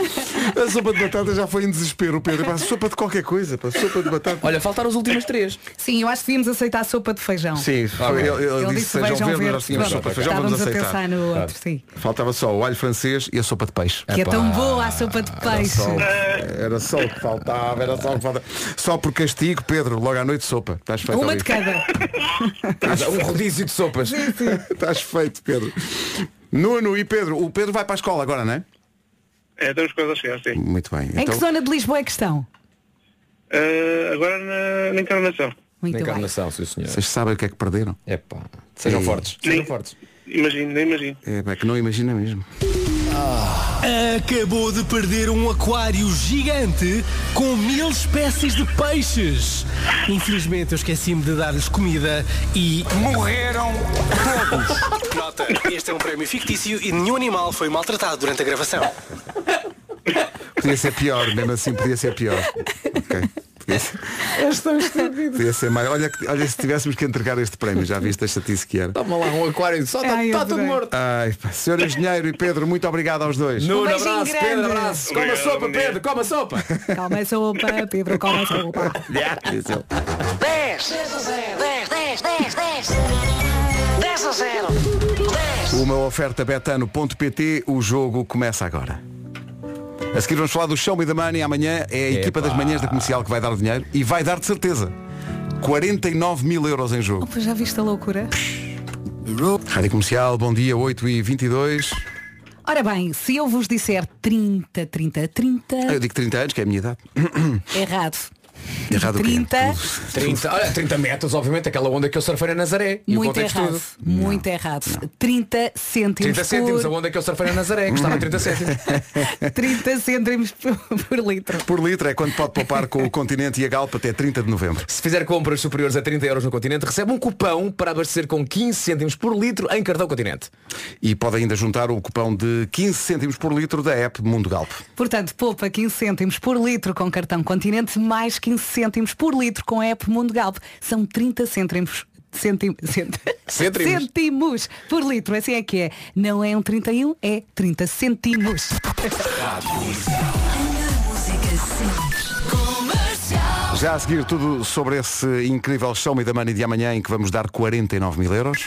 [SPEAKER 1] A sopa de batata já foi em desespero, Pedro. Pá, sopa de qualquer coisa, pá, sopa de batata.
[SPEAKER 7] Olha, faltaram as últimas três.
[SPEAKER 3] sim, eu acho que devíamos aceitar a sopa de feijão.
[SPEAKER 1] Sim, foi- ele, ele disse feijão verde, mas nós tínhamos
[SPEAKER 3] Pronto,
[SPEAKER 1] sopa de feijão, vamos
[SPEAKER 3] Estávamos a
[SPEAKER 1] aceitar.
[SPEAKER 3] pensar no outro, sim.
[SPEAKER 1] Faltava só o alho francês e a sopa de peixe.
[SPEAKER 3] Que é tão boa a sopa de peixe.
[SPEAKER 1] Só- era só o que faltava, era só o que faltava. Só por castigo, Pedro, logo à noite sopa. Estás feito.
[SPEAKER 3] Uma
[SPEAKER 1] ali.
[SPEAKER 3] de cada.
[SPEAKER 7] Um rodízio de
[SPEAKER 1] <laughs>
[SPEAKER 7] sopas.
[SPEAKER 1] Estás feito, Pedro. Nuno e Pedro, o Pedro vai para a escola agora, não é?
[SPEAKER 10] é, temos coisas a chegar, sim.
[SPEAKER 1] Muito bem. Então,
[SPEAKER 3] Em que zona de Lisboa é que estão?
[SPEAKER 10] Ah, agora na, na encarnação,
[SPEAKER 3] Muito bem.
[SPEAKER 7] sim senhor.
[SPEAKER 1] Vocês sabem o que é que perderam?
[SPEAKER 7] É pá. Sejam
[SPEAKER 1] Sim.
[SPEAKER 7] fortes.
[SPEAKER 10] Sim.
[SPEAKER 7] Sejam fortes.
[SPEAKER 10] imagino, nem imagino.
[SPEAKER 1] É, é que não imagina mesmo.
[SPEAKER 4] Acabou de perder um aquário gigante com mil espécies de peixes. Infelizmente eu esqueci-me de dar-lhes comida e morreram todos. <laughs> Nota, este é um prémio fictício e nenhum animal foi maltratado durante a gravação.
[SPEAKER 1] Podia ser pior, mesmo assim podia ser pior. Ok. Podia ser, podia ser mais. Olha, que- olha, se tivéssemos que entregar este prémio, já viste a chatice que era.
[SPEAKER 7] Toma lá um aquário. Só está
[SPEAKER 3] Ai, eu
[SPEAKER 7] tá tudo
[SPEAKER 3] adorei.
[SPEAKER 7] morto.
[SPEAKER 1] Ai, pá. Senhor Engenheiro e Pedro, muito obrigado aos dois.
[SPEAKER 7] Nuno,
[SPEAKER 3] Um
[SPEAKER 7] <laughs>
[SPEAKER 3] beijinho
[SPEAKER 7] abraço,
[SPEAKER 3] grande.
[SPEAKER 7] Pedro, abraço. Coma
[SPEAKER 10] Obrigado,
[SPEAKER 7] sopa,
[SPEAKER 10] bom dia.
[SPEAKER 7] Pedro, coma <laughs> sopa.
[SPEAKER 3] Calma a sopa, Pedro, calma
[SPEAKER 1] <laughs>
[SPEAKER 3] a sopa.
[SPEAKER 9] 10. 10 a 0. 10, 10, 10, 10. 10 a 0. 10.
[SPEAKER 1] Uma oferta betano.pt, o jogo começa agora. A seguir vamos falar do Show Me the Money amanhã. É a equipa das manhãs da comercial que vai dar o dinheiro e vai dar de certeza. 49 mil euros em jogo.
[SPEAKER 3] Opa, já viste a loucura?
[SPEAKER 1] Rádio Comercial, bom dia, 8 e 22
[SPEAKER 3] Ora bem, se eu vos disser 30, 30, 30,
[SPEAKER 1] Eu digo 30 anos, que é a minha idade
[SPEAKER 3] errado.
[SPEAKER 1] Errado o quê?
[SPEAKER 3] 30,
[SPEAKER 7] 30, olha, 30 metros, obviamente, aquela onda que eu surfei na Nazaré. E o
[SPEAKER 3] muito
[SPEAKER 7] contexto
[SPEAKER 3] errado.
[SPEAKER 7] todo.
[SPEAKER 3] Muito errado. 30 cêntimos.
[SPEAKER 7] 30 cêntimos,
[SPEAKER 3] <laughs> por...
[SPEAKER 7] a onda que eu surfei na Nazaré, que estava a 30
[SPEAKER 3] <laughs>
[SPEAKER 7] cêntimos.
[SPEAKER 3] 30 cêntimos por, por litro.
[SPEAKER 1] Por litro é quando pode poupar com o Continente e a Galpa até 30 de novembro
[SPEAKER 7] Se fizer compras superiores a 30 euros no continente, recebe um cupão para abastecer com 15 cêntimos por litro em cartão continente.
[SPEAKER 1] E pode ainda juntar o cupão de 15 cêntimos por litro da app Mundo Galp
[SPEAKER 3] Portanto, poupa 15 cêntimos por litro com cartão Continente, mais 15 cêntimos por litro com a app Mundo Galp. São 30 cêntimos. Centim, cent-
[SPEAKER 7] Cêntimos.
[SPEAKER 3] Cêntimos por litro, assim é que é. Não é um 31, é 30 cêntimos.
[SPEAKER 1] Já a seguir tudo sobre esse incrível show me da Money de amanhã em que vamos dar 49 mil euros.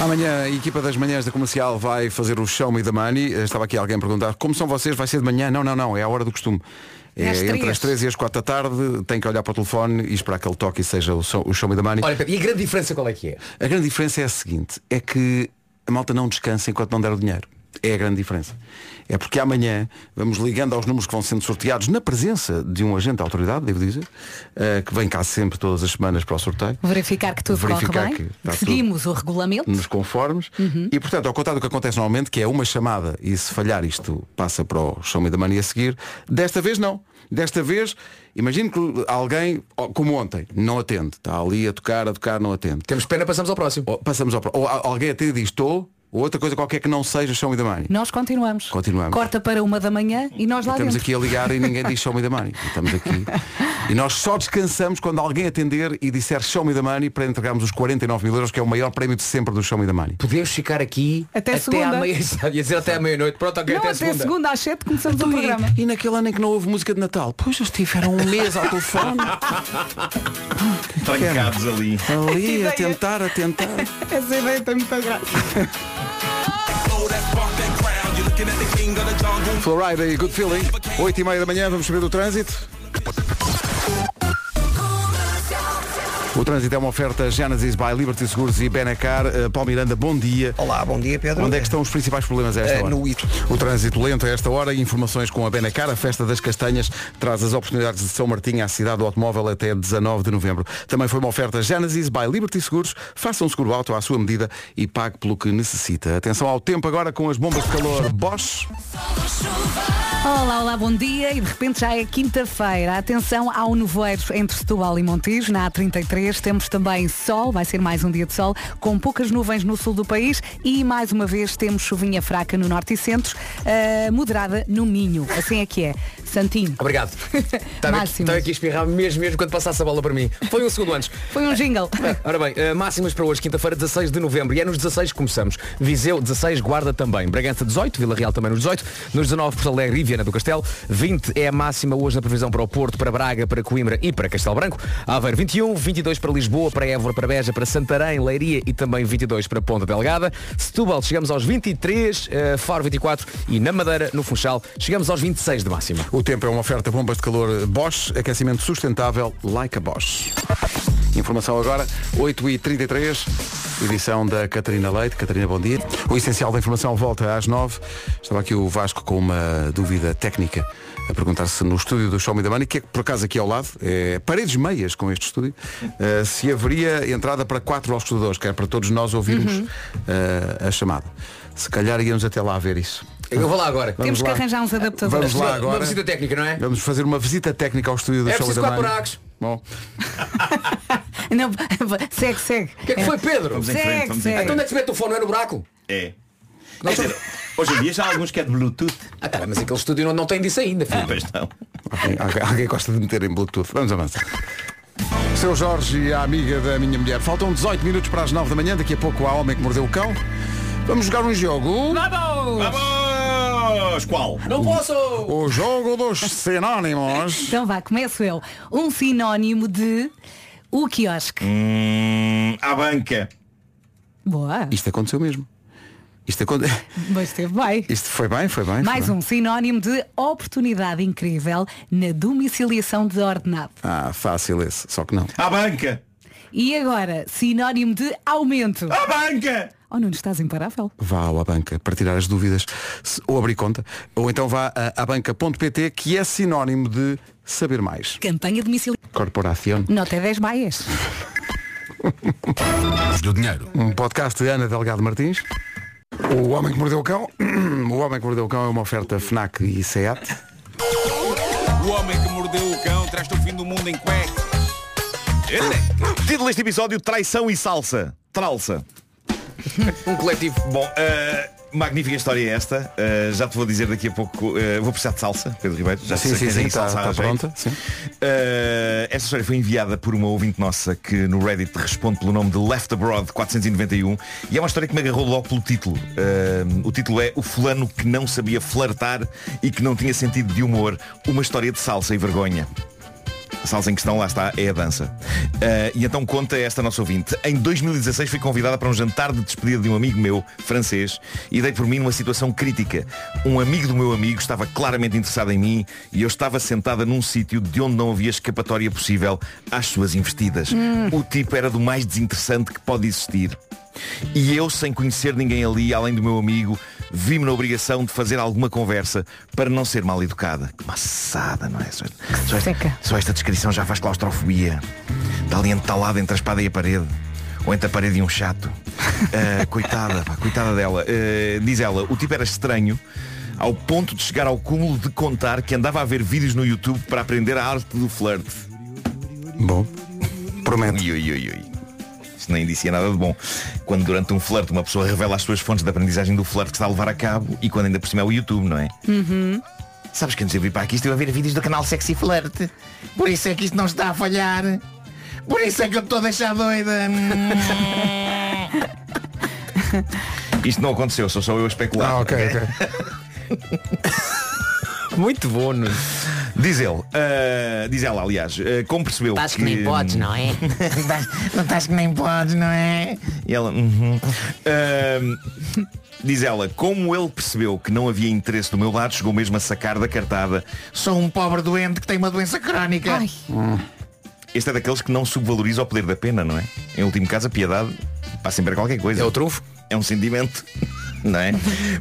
[SPEAKER 1] Amanhã a equipa das manhãs da comercial vai fazer o show me da Money. Eh, Estava aqui alguém a perguntar como são vocês, vai ser de manhã? Não, não, não, é a hora do costume. É
[SPEAKER 3] Às
[SPEAKER 1] entre
[SPEAKER 3] três.
[SPEAKER 1] as 3 e as 4 da tarde, tem que olhar para o telefone e esperar que ele toque e seja o, so- o show me da Money.
[SPEAKER 7] Olha, Pedro, e a grande diferença qual é que é?
[SPEAKER 1] A grande diferença é a seguinte, é que a malta não descansa enquanto não der o dinheiro. É a grande diferença. É porque amanhã vamos ligando aos números que vão sendo sorteados na presença de um agente da autoridade, devo dizer, eh, que vem cá sempre todas as semanas para o sorteio,
[SPEAKER 3] Verificar que tudo
[SPEAKER 1] Verificar
[SPEAKER 3] corre bem.
[SPEAKER 1] que tá está
[SPEAKER 3] Seguimos o regulamento.
[SPEAKER 1] nos conformes. E portanto, ao contrário do que acontece normalmente, que é uma chamada e se falhar isto passa para o show me da mania a seguir, desta vez não. Desta vez, imagino que alguém, ó, como ontem, não atende. Está ali a tocar, a tocar, não atende.
[SPEAKER 7] Temos pena, passamos ao próximo.
[SPEAKER 1] Ou Oh, passamos ao pro- ou a- alguém até diz estou ou outra coisa qualquer que não seja show me the money
[SPEAKER 3] Nós continuamos.
[SPEAKER 1] Continuamos.
[SPEAKER 3] Corta para uma da manhã e nós lá
[SPEAKER 1] estamos
[SPEAKER 3] dentro.
[SPEAKER 1] aqui a ligar e
[SPEAKER 3] <laughs>
[SPEAKER 1] ninguém diz show me the money estamos aqui e nós só descansamos quando alguém atender e disser show me the money para entregarmos os 49 mil euros que é o maior prémio de sempre do show me the money
[SPEAKER 7] Podemos ficar aqui
[SPEAKER 3] Até
[SPEAKER 7] à
[SPEAKER 3] segunda.
[SPEAKER 7] meia-noite. <laughs> Ia dizer até à meia-noite. Pronto, ok,
[SPEAKER 3] Não,
[SPEAKER 7] até,
[SPEAKER 3] até
[SPEAKER 7] à segunda.
[SPEAKER 3] segunda às 7 começamos o programa.
[SPEAKER 1] e naquele ano em que não houve música de Natal pois eles tiveram um mês ao telefone
[SPEAKER 11] Trancados ali.
[SPEAKER 1] ali a tentar a tentar
[SPEAKER 3] Essa ideia tem muita graça.
[SPEAKER 1] Florida e Good Feeling 8 e meia da manhã vamos saber do trânsito O trânsito é uma oferta Genesis by Liberty Seguros e Benacar. Uh, Paulo Miranda, bom dia.
[SPEAKER 8] Olá, bom dia, Pedro.
[SPEAKER 1] Onde é que estão os principais problemas a esta
[SPEAKER 8] Eh,
[SPEAKER 1] hora?
[SPEAKER 8] no Ito.
[SPEAKER 1] O trânsito lento a esta hora e informações com a Benacar. A Festa das Castanhas traz as oportunidades de São Martinho à cidade do automóvel até 19 de novembro. Também foi uma oferta Genesis by Liberty Seguros. Faça um seguro auto à sua medida e pague pelo que necessita. Atenção ao tempo agora com as bombas de calor Bosch.
[SPEAKER 3] Olá, olá, bom dia e de repente já é quinta-feira. Atenção ao nevoeiro entre Setúbal e Montijo, na A33. Temos também sol, vai ser mais um dia de sol, com poucas nuvens no sul do país e mais uma vez temos chuvinha fraca no norte e centro, eh, moderada no Minho. Assim é que é. Santinho.
[SPEAKER 7] Obrigado. Tá Estava aqui,
[SPEAKER 3] Máximas.
[SPEAKER 7] estava aqui a espirrar mesmo, mesmo quando passasse a bola para mim. Foi um segundo antes.
[SPEAKER 3] Foi um jingle.
[SPEAKER 7] Ora bem, eh, máximas para hoje, quinta-feira, 16 de novembro. E é nos 16 que começamos. Viseu, 16, Guarda também. Bragança, 18, Vila Real também nos 18. Nos 19, Porto Alegre e Viana do Castelo. 20 é a máxima hoje na previsão para o Porto, para Braga, para Coimbra e para Castelo Branco. Aveiro, 21. 22 para Lisboa, para Évora, para Beja, para Santarém, Leiria e também 22 para Ponta Delgada. Setúbal, chegamos aos 23. eh, Faro, 24. E na Madeira, no Funchal, chegamos aos 26 de máxima.
[SPEAKER 1] O tempo é uma oferta bombas de calor Bosch, aquecimento sustentável, like a Bosch. Informação agora, 8h33, edição da Catarina Leite. Catarina, bom dia. O essencial da informação volta às 9 Estava aqui o Vasco com uma dúvida técnica a perguntar se no estúdio do Show Me the Money, que é por acaso aqui ao lado, é paredes meias com este estúdio, eh, se haveria entrada para quatro hostadores, que era para todos nós ouvirmos eh, a chamada. Se calhar íamos até lá ver isso.
[SPEAKER 7] Eu vou lá agora.
[SPEAKER 1] Vamos
[SPEAKER 3] Temos que
[SPEAKER 1] lá.
[SPEAKER 3] arranjar uns adaptadores.
[SPEAKER 1] Vamos lá
[SPEAKER 7] Uma
[SPEAKER 1] agora.
[SPEAKER 7] visita técnica, não é?
[SPEAKER 1] Vamos fazer uma visita técnica ao estúdio do
[SPEAKER 7] É
[SPEAKER 1] Show
[SPEAKER 7] preciso
[SPEAKER 1] da
[SPEAKER 7] quatro
[SPEAKER 1] Mãe.
[SPEAKER 7] buracos.
[SPEAKER 1] Bom,
[SPEAKER 3] Não, <laughs> segue, segue.
[SPEAKER 7] O que é que foi, Pedro?
[SPEAKER 11] em frente,
[SPEAKER 3] Segue,
[SPEAKER 11] vamos em
[SPEAKER 7] Então
[SPEAKER 3] segue.
[SPEAKER 7] onde é que se mete o fone? Não é no buraco?
[SPEAKER 11] É. Quer dizer, hoje em dia já há alguns que é de Bluetooth.
[SPEAKER 7] Ah, tá, mas aquele estúdio não, não tem disso ainda, filho.
[SPEAKER 11] Pois não.
[SPEAKER 1] alguém, alguém- alguém gosta de meter em Bluetooth. Vamos avançar. Seu Jorge e a amiga da minha mulher. Faltam 18 minutos para as 9 da manhã. Daqui a pouco há homem que mordeu o cão. Vamos jogar um jogo.
[SPEAKER 11] Vamos! Qual?
[SPEAKER 7] Não posso!
[SPEAKER 1] O jogo dos sinónimos.
[SPEAKER 3] Então vá, começo eu. Um sinónimo de o quiosque.
[SPEAKER 11] Hum, à banca.
[SPEAKER 3] Boa.
[SPEAKER 1] Isto aconteceu mesmo. Isto, aconte...
[SPEAKER 3] Mas esteve bem.
[SPEAKER 1] <laughs> Isto é foi bem, foi bem. foi
[SPEAKER 3] Mais
[SPEAKER 1] bem.
[SPEAKER 3] um sinónimo de oportunidade incrível na domiciliação de ordenado.
[SPEAKER 1] Ah, fácil esse. Só que não.
[SPEAKER 11] À banca.
[SPEAKER 3] E agora, sinónimo de aumento. A
[SPEAKER 11] banca!
[SPEAKER 3] Oh, Nuno, estás imparável.
[SPEAKER 1] Vá à banca para tirar as dúvidas se- ou abrir conta, ou então vá a, a banca.pt que é sinónimo de saber mais.
[SPEAKER 3] Campanha de domicílio.
[SPEAKER 1] Corporación.
[SPEAKER 3] Nota 10 maias.
[SPEAKER 1] do dinheiro. Um podcast de Ana Delgado Martins. O Homem que Mordeu o Cão. <clears throat> O Homem que Mordeu o Cão é uma oferta FNAC e SEAT.
[SPEAKER 12] O homem que mordeu o cão traz-te o fim do mundo em cueca.
[SPEAKER 11] Título deste episódio, Traição e Salsa. Tralsa. um coletivo. Bom, eh, magnífica história esta. Eh, já te vou dizer daqui a pouco. eh, vou precisar de salsa, Pedro Ribeiro. Já te
[SPEAKER 1] Sim,
[SPEAKER 11] sei
[SPEAKER 1] sim,
[SPEAKER 11] que
[SPEAKER 1] sim,
[SPEAKER 11] tens aí
[SPEAKER 1] está
[SPEAKER 11] salsa à
[SPEAKER 1] está
[SPEAKER 11] jeito.
[SPEAKER 1] pronta. Sim.
[SPEAKER 11] Uh, esta história foi enviada por uma ouvinte nossa que no Reddit responde pelo nome de Left Abroad 491 e é uma história que me agarrou logo pelo título. Uh, o título é O Fulano que não sabia flertar e que não tinha sentido de humor. Uma história de salsa e vergonha. A salsa em questão, lá está, é a dança. Uh, e então conta esta nossa ouvinte. Em 2016 fui convidada para um jantar de despedida de um amigo meu, francês, e dei por mim numa situação crítica. Um amigo do meu amigo estava claramente interessado em mim e eu estava sentada num sítio de onde não havia escapatória possível às suas investidas.
[SPEAKER 13] Hum.
[SPEAKER 11] O tipo era do mais desinteressante que pode existir. E eu, sem conhecer ninguém ali, além do meu amigo, vi-me na obrigação de fazer alguma conversa para não ser mal educada. Que maçada, não é? Só, só esta, só esta descrição já faz claustrofobia. Está ali entalada entre a espada e a parede. Ou entre a parede e um chato. Ah, coitada, pá, coitada dela. Ah, diz ela, o tipo era estranho ao ponto de chegar ao cúmulo de contar que andava a ver vídeos no YouTube para aprender a arte do flerte.
[SPEAKER 1] Bom, promete.
[SPEAKER 11] Ui, ui, ui, ui. Isso nem indicia nada de bom. Quando durante um flerte uma pessoa revela as suas fontes de aprendizagem do flerte que está a levar a cabo e quando ainda por cima é o YouTube, não é?
[SPEAKER 9] Uhum.
[SPEAKER 11] Sabes que antes de eu vir para aqui estive a ver vídeos do canal Sexy Flirt. Por isso é que isto não está a falhar. Por isso é que eu estou a deixar doida. Isto não aconteceu, sou só eu a especular. Ah, ok, Muito bom, é? Diz ele, ah, diz ela, aliás, ah, como percebeu.
[SPEAKER 9] Estás que nem podes, não
[SPEAKER 11] <laughs>
[SPEAKER 9] é?
[SPEAKER 11] não estás que nem podes, não é? E ela, uhum. Ahm, diz ela, como ele percebeu que não havia interesse do meu lado, chegou mesmo a sacar da cartada. Sou um pobre doente que tem uma doença crónica. Este é daqueles que não subvaloriza o poder da pena, não é? Em último caso, a piedade passa sempre a qualquer coisa. É o trunfo. É um sentimento. <laughs> Não é?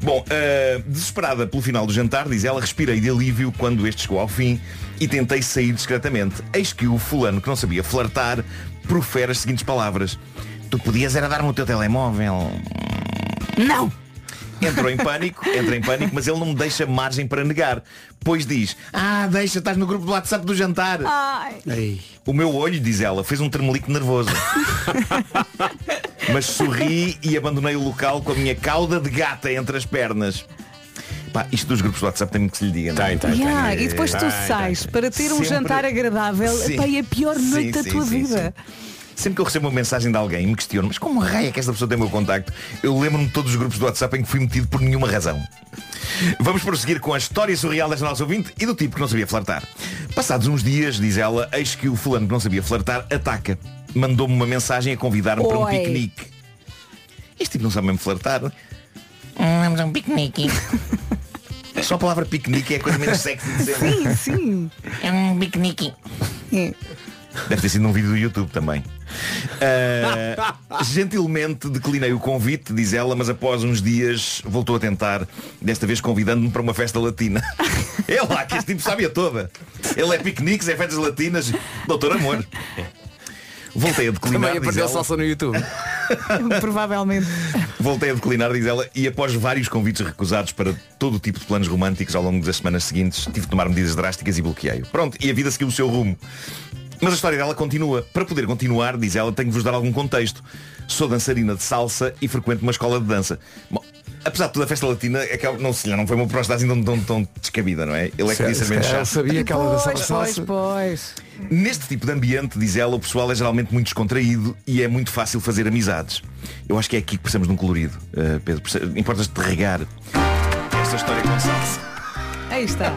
[SPEAKER 11] Bom, ah, desesperada pelo final do jantar, diz ela, respirei de alívio quando este chegou ao fim e tentei sair discretamente. Eis que o fulano que não sabia flertar profere as seguintes palavras. Tu podias era dar-me o teu telemóvel. Não! Entrou em pânico, entra em pânico, mas ele não me deixa margem para negar, pois diz, Ah, deixa, estás no grupo do WhatsApp do jantar.
[SPEAKER 9] Ai.
[SPEAKER 11] o meu olho, diz ela, fez um
[SPEAKER 3] <laughs>
[SPEAKER 11] tremelique nervoso. Mas sorri e abandonei o local com a minha cauda de gata entre as pernas. Pá, isto dos grupos do WhatsApp tem muito que se lhe diga. Tem,
[SPEAKER 3] Yeah, E depois tu sais para ter um
[SPEAKER 11] Sempre-
[SPEAKER 3] jantar agradável.
[SPEAKER 11] Sim.
[SPEAKER 3] Epá, é a pior
[SPEAKER 11] Sim,
[SPEAKER 3] noite da
[SPEAKER 11] sim,
[SPEAKER 3] tua
[SPEAKER 11] sim,
[SPEAKER 3] vida.
[SPEAKER 11] Sempre que eu recebo uma mensagem de alguém e me questiono, mas como raio é que esta pessoa tem o meu contacto? Eu lembro-me de todos os grupos do WhatsApp em que fui metido por nenhuma razão. Vamos prosseguir com a história surreal desta nossa ouvinte e do tipo que não sabia flertar. Passados uns dias, diz ela, eis que o fulano que não sabia flertar ataca. Mandou-me uma mensagem a convidar-me para um
[SPEAKER 9] Oi.
[SPEAKER 11] piquenique. Este tipo não sabe mesmo flertar.
[SPEAKER 9] Vamos a um piquenique.
[SPEAKER 11] Só a palavra piquenique é a coisa menos sexy de
[SPEAKER 9] Sim,
[SPEAKER 11] sempre.
[SPEAKER 9] sim. É um piquenique.
[SPEAKER 3] É,
[SPEAKER 1] <laughs>
[SPEAKER 11] Deve ter sido num vídeo do YouTube também. Ah, gentilmente declinei o convite, diz ela, mas após uns dias voltou a tentar, desta vez convidando-me para uma festa latina. <laughs> É lá que este tipo sabe a toda. Ele é piqueniques, é festas latinas. Doutor Amor. É. Voltei a declinar.
[SPEAKER 7] Também
[SPEAKER 11] diz
[SPEAKER 7] aprendeu
[SPEAKER 11] ela.
[SPEAKER 7] salsa Tá no YouTube.
[SPEAKER 3] Provavelmente.
[SPEAKER 11] Voltei a declinar, diz ela, e após vários convites recusados para todo o tipo de planos românticos ao longo das semanas seguintes, tive de tomar medidas drásticas e bloqueei-o. Pronto, e a vida seguiu o seu rumo. Mas a história dela continua. Para poder continuar, diz ela, tenho que vos dar algum contexto. Sou dançarina de salsa e frequento uma escola de dança. Bom, apesar de toda a festa latina, é que ela- não, se, não foi uma prostagem tão, tão, tão descabida, não é? Ele é que podia ser menos
[SPEAKER 1] ela
[SPEAKER 11] chato.
[SPEAKER 1] sabia que ela dançava
[SPEAKER 3] Pois,
[SPEAKER 1] salsa.
[SPEAKER 3] pois.
[SPEAKER 11] Neste tipo de ambiente, diz ela, o pessoal é geralmente muito descontraído e é muito fácil fazer amizades. Eu acho que é aqui que precisamos de um colorido, uh, Pedro. Perce- Importas-te de regar esta história com salsa.
[SPEAKER 3] Aí está.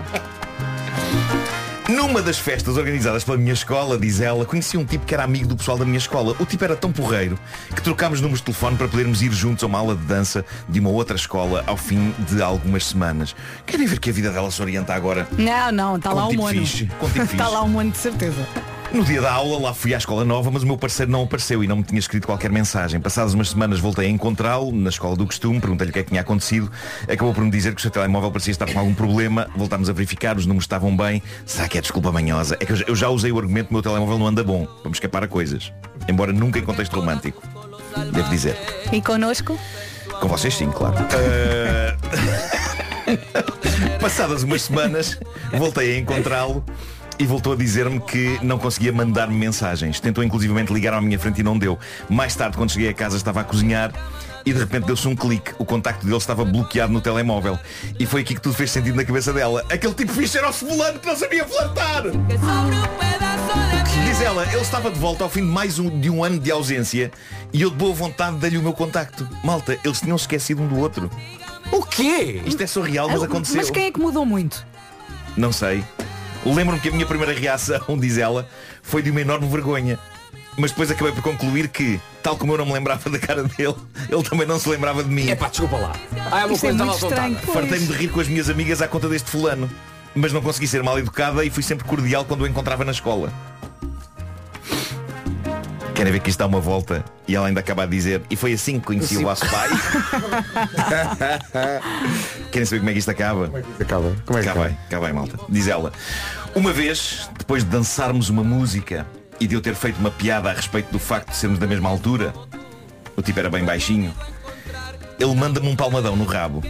[SPEAKER 11] Numa das festas organizadas pela minha escola, diz ela, conheci um tipo que era amigo do pessoal da minha escola. O tipo era tão porreiro que trocámos números de telefone para podermos ir juntos a uma aula de dança de uma outra escola ao fim de algumas semanas. Querem ver que a vida dela se orienta agora?
[SPEAKER 3] Não, não, está
[SPEAKER 11] Com
[SPEAKER 3] lá
[SPEAKER 11] tipo
[SPEAKER 3] um ano. <laughs>
[SPEAKER 11] fixe, com tipo
[SPEAKER 3] Está
[SPEAKER 11] fixe.
[SPEAKER 3] lá um ano de certeza.
[SPEAKER 11] No dia da aula, lá fui à escola nova, mas o meu parceiro não apareceu e não me tinha escrito qualquer mensagem. Passadas umas semanas voltei a encontrá-lo na escola do costume, perguntei-lhe o que é que tinha acontecido. Acabou por me dizer que o seu telemóvel parecia estar com algum problema. Voltámos a verificar, os números estavam bem. Será que é desculpa manhosa? É que eu já- eu já usei o argumento que o meu telemóvel não anda bom. Vamos escapar a coisas. Embora nunca em contexto romântico. Devo dizer.
[SPEAKER 13] E connosco?
[SPEAKER 11] Com vocês sim, claro. Eh, <laughs> Passadas umas semanas, voltei a encontrá-lo e voltou a dizer-me que não conseguia mandar-me mensagens. Tentou inclusivamente ligar à minha frente e não deu. Mais tarde, quando cheguei a casa, estava a cozinhar e de repente deu-se um clique. O contacto dele estava bloqueado no telemóvel. E foi aqui que tudo fez sentido na cabeça dela. Aquele tipo fixe era o fulano que não sabia flertar. Diz ela, ele estava de volta ao fim de mais um, de um ano de ausência e eu de boa vontade dei-lhe o meu contacto. Malta, eles tinham esquecido um do outro. O quê? Isto é surreal, mas
[SPEAKER 3] Ah,
[SPEAKER 11] aconteceu.
[SPEAKER 3] Mas quem é que mudou muito?
[SPEAKER 11] Não sei. Lembro-me que a minha primeira reação, <laughs> diz ela, foi de uma enorme vergonha. Mas depois acabei por concluir que, tal como eu não me lembrava da cara dele, <laughs> ele também não se lembrava de mim. Epá, desculpa lá.
[SPEAKER 7] Ah, é uma Isto coisa é que está muito mal contada. estranho, pois.
[SPEAKER 11] Fartei-me de rir com as minhas amigas à conta deste fulano. Mas não consegui ser mal educada e fui sempre cordial quando o encontrava na escola. Querem ver que isto dá uma volta? E ela ainda acaba a dizer, e foi assim que conheci
[SPEAKER 2] Sim.
[SPEAKER 11] o vosso pai. <laughs> Querem saber como é que isto acaba? Como é que isto acaba? Como é que acaba? Acaba aí, malta. Diz ela. Uma vez, depois de dançarmos uma música e de eu ter feito uma piada a respeito do facto de sermos da mesma altura, o tipo era bem baixinho, ele manda-me um palmadão no rabo.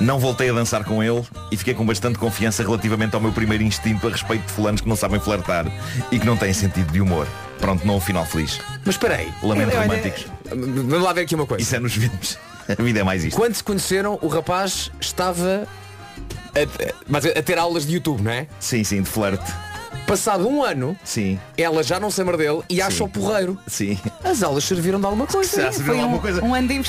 [SPEAKER 11] Não voltei a dançar com ele e fiquei com bastante confiança relativamente ao meu primeiro instinto a respeito de fulanos que não sabem flertar e que não têm sentido de humor. Pronto, não um final feliz.
[SPEAKER 7] Mas espera aí.
[SPEAKER 11] Lamento
[SPEAKER 7] Olha,
[SPEAKER 11] românticos.
[SPEAKER 7] Vamos lá ver aqui uma coisa.
[SPEAKER 11] Isso é nos <laughs> vídeos. A vida é mais isto.
[SPEAKER 7] Quando se conheceram, o rapaz estava a, mas a ter aulas de YouTube, não é?
[SPEAKER 11] Sim, sim, de flerte.
[SPEAKER 7] Passado um ano,
[SPEAKER 11] sim.
[SPEAKER 7] ela já não se lembra dele e acha o porreiro.
[SPEAKER 11] Sim.
[SPEAKER 7] As aulas serviram de alguma coisa.
[SPEAKER 11] Já serviram de
[SPEAKER 3] um-
[SPEAKER 11] alguma coisa.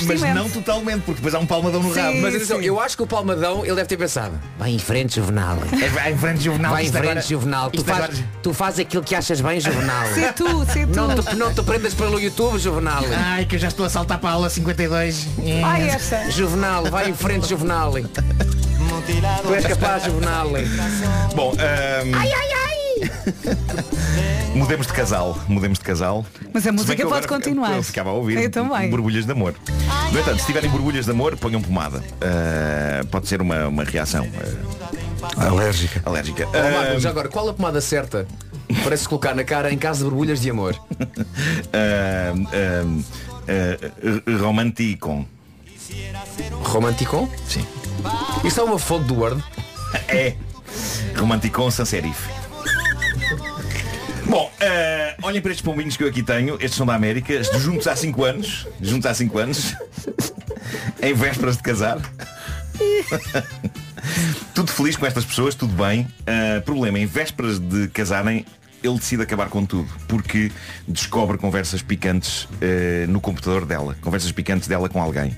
[SPEAKER 11] Mas não totalmente, porque depois há um palmadão no rabo.
[SPEAKER 7] Mas atenção, eu acho que o palmadão ele deve ter pensado. Vai em frente,
[SPEAKER 11] <laughs>
[SPEAKER 7] Juvenal.
[SPEAKER 11] Vai é em frente, Juvenal.
[SPEAKER 7] Vai em
[SPEAKER 11] Isto
[SPEAKER 7] frente,
[SPEAKER 11] agora-
[SPEAKER 7] Juvenal. Tu
[SPEAKER 11] isto
[SPEAKER 7] faz,
[SPEAKER 11] agora-
[SPEAKER 7] tu faz aquilo que achas bem, Juvenal.
[SPEAKER 11] Sei tu, sei tu.
[SPEAKER 7] Não te, não te prendas pelo YouTube, Juvenal.
[SPEAKER 11] Ah.
[SPEAKER 9] Ai, que eu já estou a saltar para a aula 52.
[SPEAKER 7] Ai, essa. Juvenal, vai em frente, Juvenal. Tu és capaz,
[SPEAKER 11] <laughs>
[SPEAKER 7] Juvenal.
[SPEAKER 11] Bom, ahm,
[SPEAKER 7] Ai, ai, ai.
[SPEAKER 11] mudemos de casal. Mudemos de casal.
[SPEAKER 3] Mas a
[SPEAKER 11] Se bem
[SPEAKER 3] música
[SPEAKER 11] que eu
[SPEAKER 3] pode
[SPEAKER 11] agora-
[SPEAKER 3] continuar.
[SPEAKER 11] Eu, eu ficava a ouvir.
[SPEAKER 3] Eu também.
[SPEAKER 11] Borbulhas de amor. No entanto, se tiverem borbulhas de amor, ponham pomada. Ah, pode ser uma, uma reação. ah,
[SPEAKER 1] alérgica.
[SPEAKER 11] Alérgica.
[SPEAKER 7] Ó,
[SPEAKER 11] Ahm,
[SPEAKER 7] Marcos, já agora, qual a pomada certa para se colocar na cara em caso de borbulhas de amor?
[SPEAKER 11] <laughs> Ahm, ahm, ah, r- romanticon.
[SPEAKER 7] Romanticon?
[SPEAKER 11] Sim.
[SPEAKER 7] Isso é uma fonte do Word?
[SPEAKER 11] É. Romanticon sans serif. Bom, eh, olhem para estes pombinhos que eu aqui tenho. Estes são da América. Estes juntos há 5 anos. Juntos há 5 anos. <laughs> em vésperas de casar. <laughs> tudo feliz com estas pessoas, tudo bem. Eh, problema, em vésperas de casarem, ele decide acabar com tudo. Porque descobre conversas picantes eh, no computador dela. Conversas picantes dela com alguém.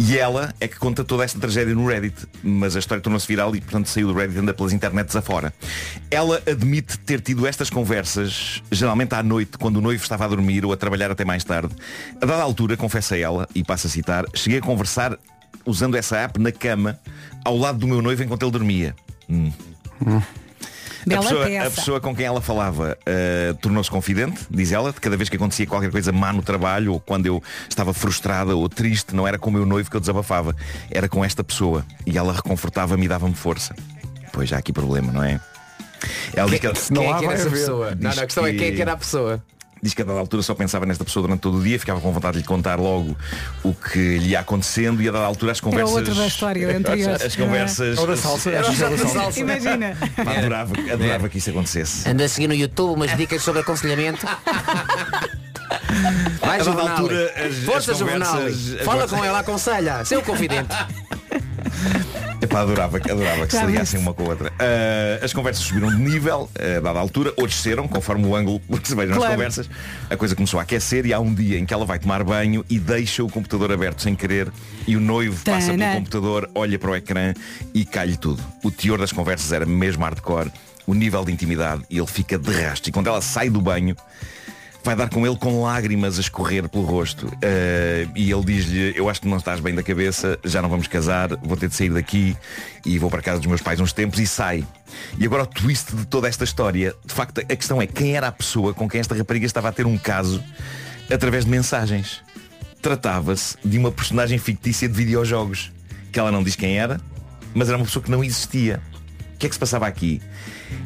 [SPEAKER 11] E ela é que conta toda esta tragédia no Reddit, mas a história tornou-se viral e portanto saiu do Reddit e anda pelas internets afora. Ela admite ter tido estas conversas, geralmente à noite, quando o noivo estava a dormir ou a trabalhar até mais tarde. A dada altura, confessa ela, e passo a citar, cheguei a conversar usando essa app na cama, ao lado do meu noivo enquanto ele dormia. Hum. A
[SPEAKER 3] Bela
[SPEAKER 11] pessoa,
[SPEAKER 3] peça.
[SPEAKER 11] a pessoa com quem ela falava eh, tornou-se confidente, diz ela, de cada vez que acontecia qualquer coisa má no trabalho ou quando eu estava frustrada ou triste, não era com o meu noivo que eu desabafava, era com esta pessoa. E ela reconfortava-me e dava-me força. Pois já há aqui problema, não é? Ela diz que,
[SPEAKER 7] quem é que era essa pessoa? Não,
[SPEAKER 11] Diz
[SPEAKER 7] não, a questão é quem é que era a pessoa.
[SPEAKER 11] Diz que a dada altura só pensava nesta pessoa durante todo o dia, ficava com vontade de lhe contar logo o que lhe ia acontecendo e a dada altura as
[SPEAKER 3] Era o
[SPEAKER 11] conversas.
[SPEAKER 3] outro da história anterior.
[SPEAKER 11] <laughs> As
[SPEAKER 7] é?
[SPEAKER 11] conversas.
[SPEAKER 3] Ou da salsa.
[SPEAKER 11] As-
[SPEAKER 3] Era o
[SPEAKER 11] as-
[SPEAKER 3] jogo
[SPEAKER 11] as-
[SPEAKER 3] da salsa. Imagina.
[SPEAKER 11] Pá, adorava, adorava que isso acontecesse.
[SPEAKER 7] Anda a seguir no YouTube umas dicas sobre
[SPEAKER 11] <laughs>
[SPEAKER 7] aconselhamento. Vai,
[SPEAKER 11] A dada
[SPEAKER 7] Juvenal.
[SPEAKER 11] altura, as-
[SPEAKER 7] Força,
[SPEAKER 11] as
[SPEAKER 7] Juvenal.
[SPEAKER 11] conversas- as
[SPEAKER 7] Fala
[SPEAKER 11] conversas-
[SPEAKER 7] com ela, aconselha. Seu confidente.
[SPEAKER 11] Epá, adorava, que- adorava que se
[SPEAKER 7] Já
[SPEAKER 11] ligassem uma com a outra. Ah, as conversas subiram de nível, ah, dada a altura, ou desceram, conforme o ângulo <laughs> que se vejam
[SPEAKER 7] Claro.
[SPEAKER 11] as conversas. A coisa começou a aquecer e há um dia em que ela vai tomar banho e deixa o computador aberto sem querer e o noivo passa pelo
[SPEAKER 7] Tana.
[SPEAKER 11] computador, olha para o ecrã e cai-lhe tudo. O teor das conversas era mesmo hardcore, o nível de intimidade e ele fica de rastro. E quando ela sai do banho, vai dar com ele com lágrimas a escorrer pelo rosto. Eh, e ele diz-lhe, eu acho que não estás bem da cabeça, já não vamos casar, vou ter de sair daqui e vou para a casa dos meus pais uns tempos e sai. E agora o twist de toda esta história, de facto, a questão é quem era a pessoa com quem esta rapariga estava a ter um caso através de mensagens. Tratava-se de uma personagem fictícia de videojogos, que ela não diz quem era, mas era uma pessoa que não existia. O que é que se passava aqui?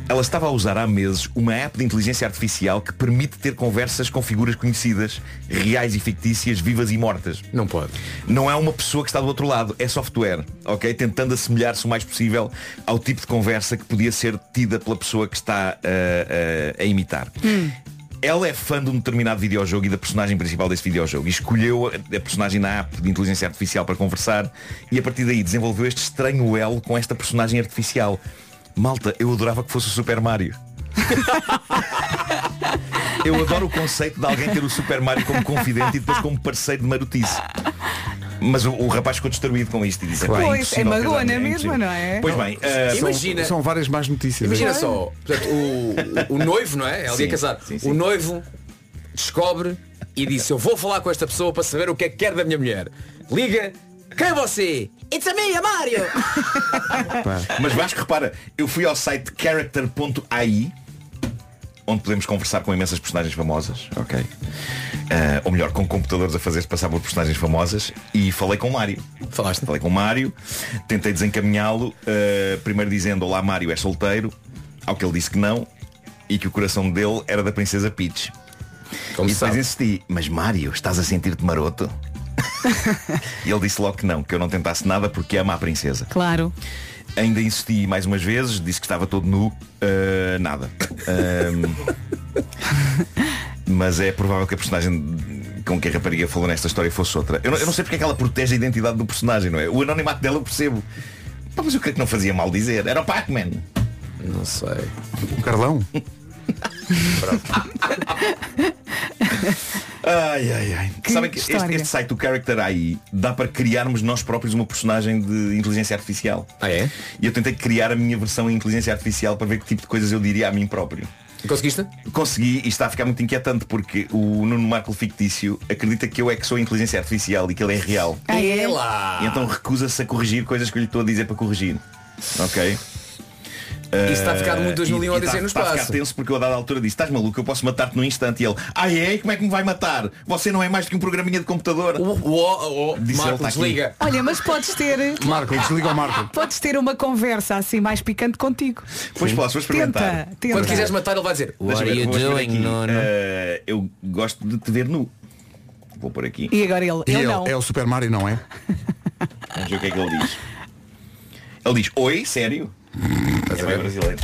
[SPEAKER 11] Ela estava a usar há meses uma app de inteligência artificial que permite ter conversas com figuras conhecidas, reais e fictícias, vivas e mortas.
[SPEAKER 7] Não pode.
[SPEAKER 11] <laughs> Não é uma pessoa que está do outro lado, é software, ok? Tentando assemelhar-se o mais possível ao tipo de conversa que podia ser tida pela pessoa que está ah, ah, a imitar. Ela é fã de um determinado videojogo e da personagem principal desse videojogo e escolheu a, a personagem na app de inteligência artificial para conversar e a partir daí desenvolveu este estranho elo com esta personagem artificial. Malta, eu adorava que fosse o Super Mario. Eu adoro o conceito de alguém ter o Super Mario como confidente e depois como parceiro de marotice. Mas o, o rapaz ficou destruído com isto e disse "Epá,
[SPEAKER 3] Pois, é
[SPEAKER 11] impossível casar,
[SPEAKER 3] magona
[SPEAKER 11] é
[SPEAKER 3] mesmo,
[SPEAKER 11] impossível."
[SPEAKER 3] não é?
[SPEAKER 11] Pois bem, eh,
[SPEAKER 1] São-
[SPEAKER 7] Imagina-
[SPEAKER 1] São, várias más notícias.
[SPEAKER 7] um- Imagina
[SPEAKER 1] Não é?
[SPEAKER 7] só, portanto, o, o noivo, não é? Ela ia
[SPEAKER 1] Sim,
[SPEAKER 7] casar.
[SPEAKER 1] sim, sim.
[SPEAKER 7] O noivo descobre e disse, eu vou falar com esta pessoa para saber o que é que quer da minha mulher. Liga, quem é você? It's a me, a
[SPEAKER 11] <laughs>
[SPEAKER 7] Mário!
[SPEAKER 11] Mas Vasco, repara, eu fui ao site character.ai onde podemos conversar com imensas personagens famosas, ok? Ah, ou melhor, com computadores a fazer-se passar por personagens famosas e falei com o Mário.
[SPEAKER 7] Falaste?
[SPEAKER 11] Falei com o Mário, tentei desencaminhá-lo, ah, primeiro dizendo Olá Mário, é solteiro, ao que ele disse que não e que o coração dele era da princesa Peach. e depois insisti, mas Mário, estás a sentir-te maroto? e ele disse logo que não, que eu não tentasse nada porque ama a princesa.
[SPEAKER 3] Claro.
[SPEAKER 11] Ainda insisti mais umas vezes, disse que estava todo nu, ah, nada. Ahm, mas é provável que a personagem com que a rapariga falou nesta história fosse outra. Eu não, eu não sei porque é que ela protege a identidade do personagem, não é? O anonimato dela eu percebo. Pá, mas o que é que não fazia mal dizer? Era o Pac-Man.
[SPEAKER 7] Não sei.
[SPEAKER 1] O Carlão?
[SPEAKER 11] Ai, ai, ai.
[SPEAKER 1] Que
[SPEAKER 11] Sabem que este,
[SPEAKER 1] história.
[SPEAKER 11] este site, o Character AI, dá para criarmos nós próprios uma personagem de inteligência artificial.
[SPEAKER 7] Ah, é?
[SPEAKER 11] E eu tentei criar a minha versão em inteligência artificial para ver que tipo de coisas eu diria a mim próprio.
[SPEAKER 7] Conseguiste?
[SPEAKER 11] Consegui e está a ficar muito inquietante porque o Nuno Marco fictício acredita que eu é que sou a inteligência artificial e que ele é real.
[SPEAKER 7] Ah, é? Ela!
[SPEAKER 11] E então recusa-se a corrigir coisas que eu lhe estou a dizer para corrigir. Ok?
[SPEAKER 7] Isso está um a ficar muito 2001
[SPEAKER 11] eh, e- e
[SPEAKER 7] Odisseia
[SPEAKER 11] está-
[SPEAKER 7] no
[SPEAKER 11] Está a
[SPEAKER 7] espaço.
[SPEAKER 11] ficar tenso porque eu a dada altura disse, estás maluco, eu posso matar-te num instante. E ele, ah é? E Como é que me vai matar? Você não é mais do que um programinha de computador. Disse ele,
[SPEAKER 7] Marco,
[SPEAKER 11] "Está aqui."
[SPEAKER 7] desliga.
[SPEAKER 3] Olha, mas podes ter.
[SPEAKER 1] Marco, desliga o Marco.
[SPEAKER 3] Podes ter uma conversa assim mais picante contigo.
[SPEAKER 11] Pois posso, vou experimentar.
[SPEAKER 3] Tenta, tenta.
[SPEAKER 7] Quando quiseres matar, ele vai dizer,
[SPEAKER 11] Deixa
[SPEAKER 7] what are
[SPEAKER 11] eu ver,
[SPEAKER 7] you
[SPEAKER 11] vou escrever
[SPEAKER 7] doing,
[SPEAKER 11] aqui.
[SPEAKER 7] Nuno?
[SPEAKER 11] Eh, eu gosto de te ver nu. Vou por aqui.
[SPEAKER 3] E agora ele,
[SPEAKER 1] E
[SPEAKER 3] eu
[SPEAKER 1] ele
[SPEAKER 3] não.
[SPEAKER 1] é o Super Mario, não é?
[SPEAKER 11] Vamos ver o que é que ele diz. Ele diz, oi, sério? É bem brasileiro.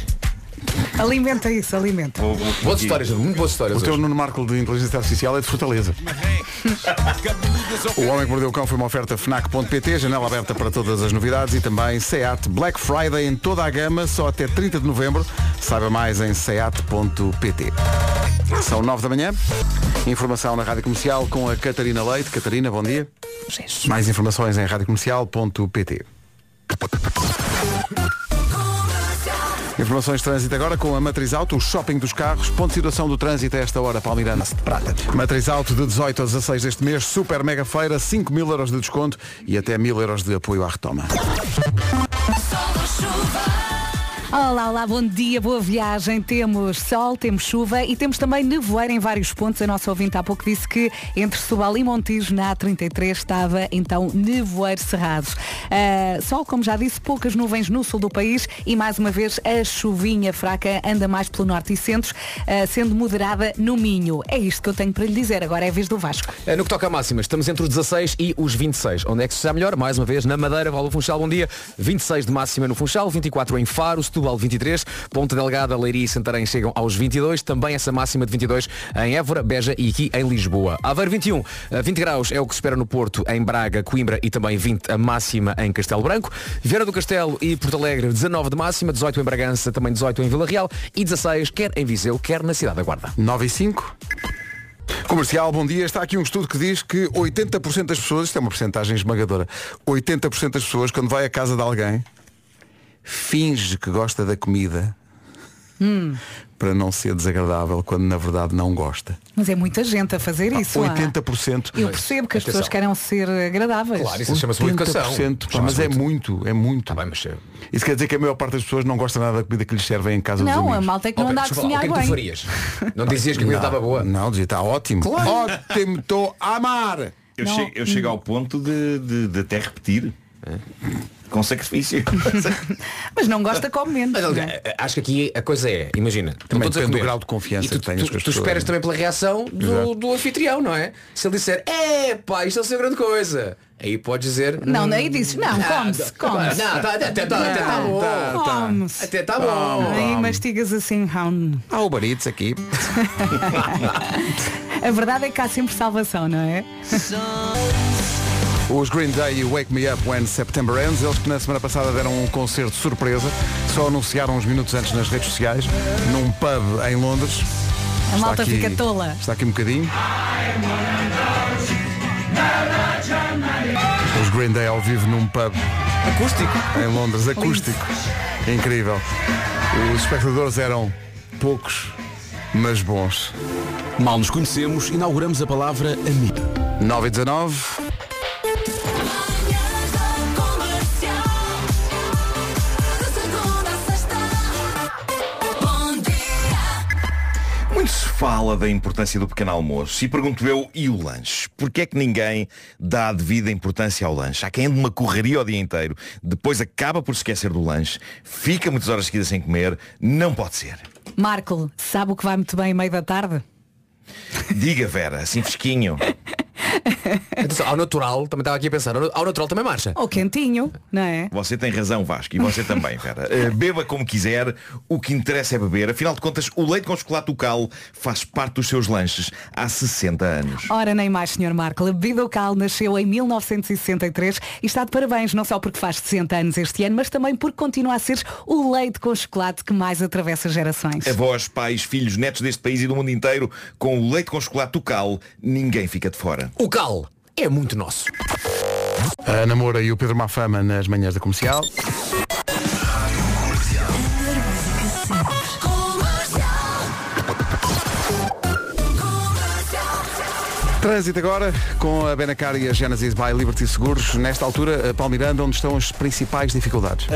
[SPEAKER 3] Alimenta isso, alimenta.
[SPEAKER 11] um Tá
[SPEAKER 7] Boas histórias, muito boas histórias.
[SPEAKER 1] O teu Nuno Marco de inteligência artificial é de Fortaleza. <laughs> O Homem que Mordeu o Cão foi uma oferta FNAC.pt, janela aberta para todas as novidades e também SEAT Black Friday em toda a gama, só até 30 de novembro. Saiba mais em seat.pt. São 9 da manhã. Informação na Rádio Comercial com a Catarina Leite. Catarina, bom dia. Mais informações em radiocomercial.pt. Informações de trânsito agora com a Matriz Auto, o shopping dos carros, ponto de situação do trânsito a esta hora, Palmeirana. Prata. Matriz Auto de 18 a 16 deste mês, super mega feira, 5 mil euros de desconto e até mil euros de apoio à retoma.
[SPEAKER 3] Olá, olá, bom dia, boa viagem. Temos sol, temos chuva e temos também nevoeiro em vários pontos. A nossa ouvinte há pouco disse que entre Setúbal e Montijo, na A33, estava então nevoeiro cerrado. Ah, sol, como já disse, poucas nuvens no sul do país e mais uma vez a chuvinha fraca anda mais pelo norte e centros, ah, sendo moderada no Minho. É isto que eu tenho para lhe dizer. Agora é a vez do Vasco.
[SPEAKER 7] Eh, No que toca a máximas, estamos entre os 16 e os 26. Onde é que se está melhor? Mais uma vez, na Madeira, Valdo Funchal, bom dia. 26 de máxima no Funchal, 24 em Faro, Setúbal 23, Ponta Delgada, Leiria e Santarém chegam aos 22. Também essa máxima de 22 em Évora, Beja e aqui em Lisboa. Aveiro 21, eh, 20 graus é o que se espera no Porto, em Braga, Coimbra e também 20 a máxima em Castelo Branco. Vieira do Castelo e Porto Alegre, 19 de máxima, 18 em Bragança, também 18 em Vila Real e 16 quer em Viseu, quer na Cidade da Guarda.
[SPEAKER 1] 9 e 5. Comercial, bom dia. Está aqui um estudo que diz que 80% das pessoas, isto é uma porcentagem esmagadora, 80% das pessoas, quando vai à casa de alguém, finge que gosta da comida
[SPEAKER 3] Hum,
[SPEAKER 1] para não ser desagradável quando na verdade não gosta.
[SPEAKER 3] mas é muita gente a fazer isso. lá.
[SPEAKER 1] 80%.
[SPEAKER 3] Eu percebo que as pessoas querem ser agradáveis.
[SPEAKER 1] Claro, isso chama-se uma educação. 80%, pá, mas é muito, é muito.
[SPEAKER 7] Tá eh,
[SPEAKER 1] Isso quer dizer que a maior parte das pessoas não gosta nada da comida que lhes servem em casa
[SPEAKER 3] Não,
[SPEAKER 1] dos
[SPEAKER 3] a
[SPEAKER 1] amigos.
[SPEAKER 3] malta é que não dá a cozinhar bem.
[SPEAKER 1] Não dizias que a comida estava boa? Não, dizia, está ótimo.
[SPEAKER 3] Claro.
[SPEAKER 1] Ótimo, estou a amar.
[SPEAKER 11] Eu,
[SPEAKER 1] Não.
[SPEAKER 11] chego, eu chego ao ponto de, de, de até repetir.
[SPEAKER 7] <laughs>
[SPEAKER 11] Com sacrifício.
[SPEAKER 3] Mas não gosta, come menos.
[SPEAKER 7] Mas,
[SPEAKER 3] não é?
[SPEAKER 7] aliás, Acho que aqui a coisa é, imagina,
[SPEAKER 1] Também
[SPEAKER 7] estão todos a
[SPEAKER 1] depende do
[SPEAKER 7] comer.
[SPEAKER 1] grau de confiança
[SPEAKER 7] E tu,
[SPEAKER 1] que tenhas
[SPEAKER 7] tu-
[SPEAKER 1] com as
[SPEAKER 7] tu
[SPEAKER 1] pessoas,
[SPEAKER 7] esperas
[SPEAKER 1] é?
[SPEAKER 7] também pela reação do,
[SPEAKER 1] Exato.
[SPEAKER 7] do anfitrião, não é? Se ele disser, é pá, isto é ser grande coisa, aí podes dizer.
[SPEAKER 3] Não,
[SPEAKER 7] "Hum,
[SPEAKER 3] daí dizes, não, come-se,
[SPEAKER 7] tá-
[SPEAKER 3] come-se.
[SPEAKER 7] Não, tá- até- até tá- até tá bom. Tá, tá.
[SPEAKER 3] Come-se.
[SPEAKER 7] Até tá bom.
[SPEAKER 3] Aí
[SPEAKER 7] Come.
[SPEAKER 3] mastigas assim, round.
[SPEAKER 1] Há Uber Eats aqui.
[SPEAKER 3] A verdade é que há sempre salvação, não é?
[SPEAKER 1] Os Green Day e Wake Me Up When September Ends, eles que na semana passada deram um concerto de surpresa, só anunciaram uns minutos antes nas redes sociais, num pub em Londres.
[SPEAKER 3] A malta fica tola.
[SPEAKER 1] Está aqui um bocadinho. Os Green Day ao vivo num pub. Acústico. Em Londres, acústico. Incrível. Os espectadores eram poucos, mas bons.
[SPEAKER 5] Mal nos conhecemos, inauguramos a palavra amigo.
[SPEAKER 1] 9 e 19.
[SPEAKER 11] Muito se fala da importância do pequeno almoço e pergunto eu, e o lanche? Porquê é que ninguém dá a devida importância ao lanche? Há quem ande uma correria o dia inteiro, depois acaba por se esquecer do lanche, fica muitas horas seguidas sem comer, não pode ser.
[SPEAKER 3] Marco, sabe o que vai muito bem em meio da tarde?
[SPEAKER 11] Diga Vera, assim fresquinho.
[SPEAKER 7] <laughs> Atenção, ao natural, também estava aqui a pensar, ao natural também marcha.
[SPEAKER 3] Ou quentinho, não é?
[SPEAKER 11] Você tem razão, Vasco, e você também, Vera. Eh, Beba como quiser, o que interessa é beber. Afinal de contas, o leite com chocolate local faz parte dos seus lanches há 60 anos.
[SPEAKER 3] Ora, nem mais, Sr. Marco. A bebida local nasceu em 1963 e está de parabéns não só porque faz 60 anos este ano, mas também porque continua a ser o leite com chocolate que mais atravessa gerações.
[SPEAKER 7] É
[SPEAKER 11] Avós, pais, filhos, netos deste país e do mundo inteiro, com o leite com chocolate do cal, ninguém fica de fora.
[SPEAKER 7] O cal é muito nosso.
[SPEAKER 1] A Ana Moura e o Pedro Mafama nas manhãs da comercial. Trânsito agora com a Benacar e a Genesis by Liberty Seguros. Nesta altura, a Palmiranda, onde estão as principais dificuldades.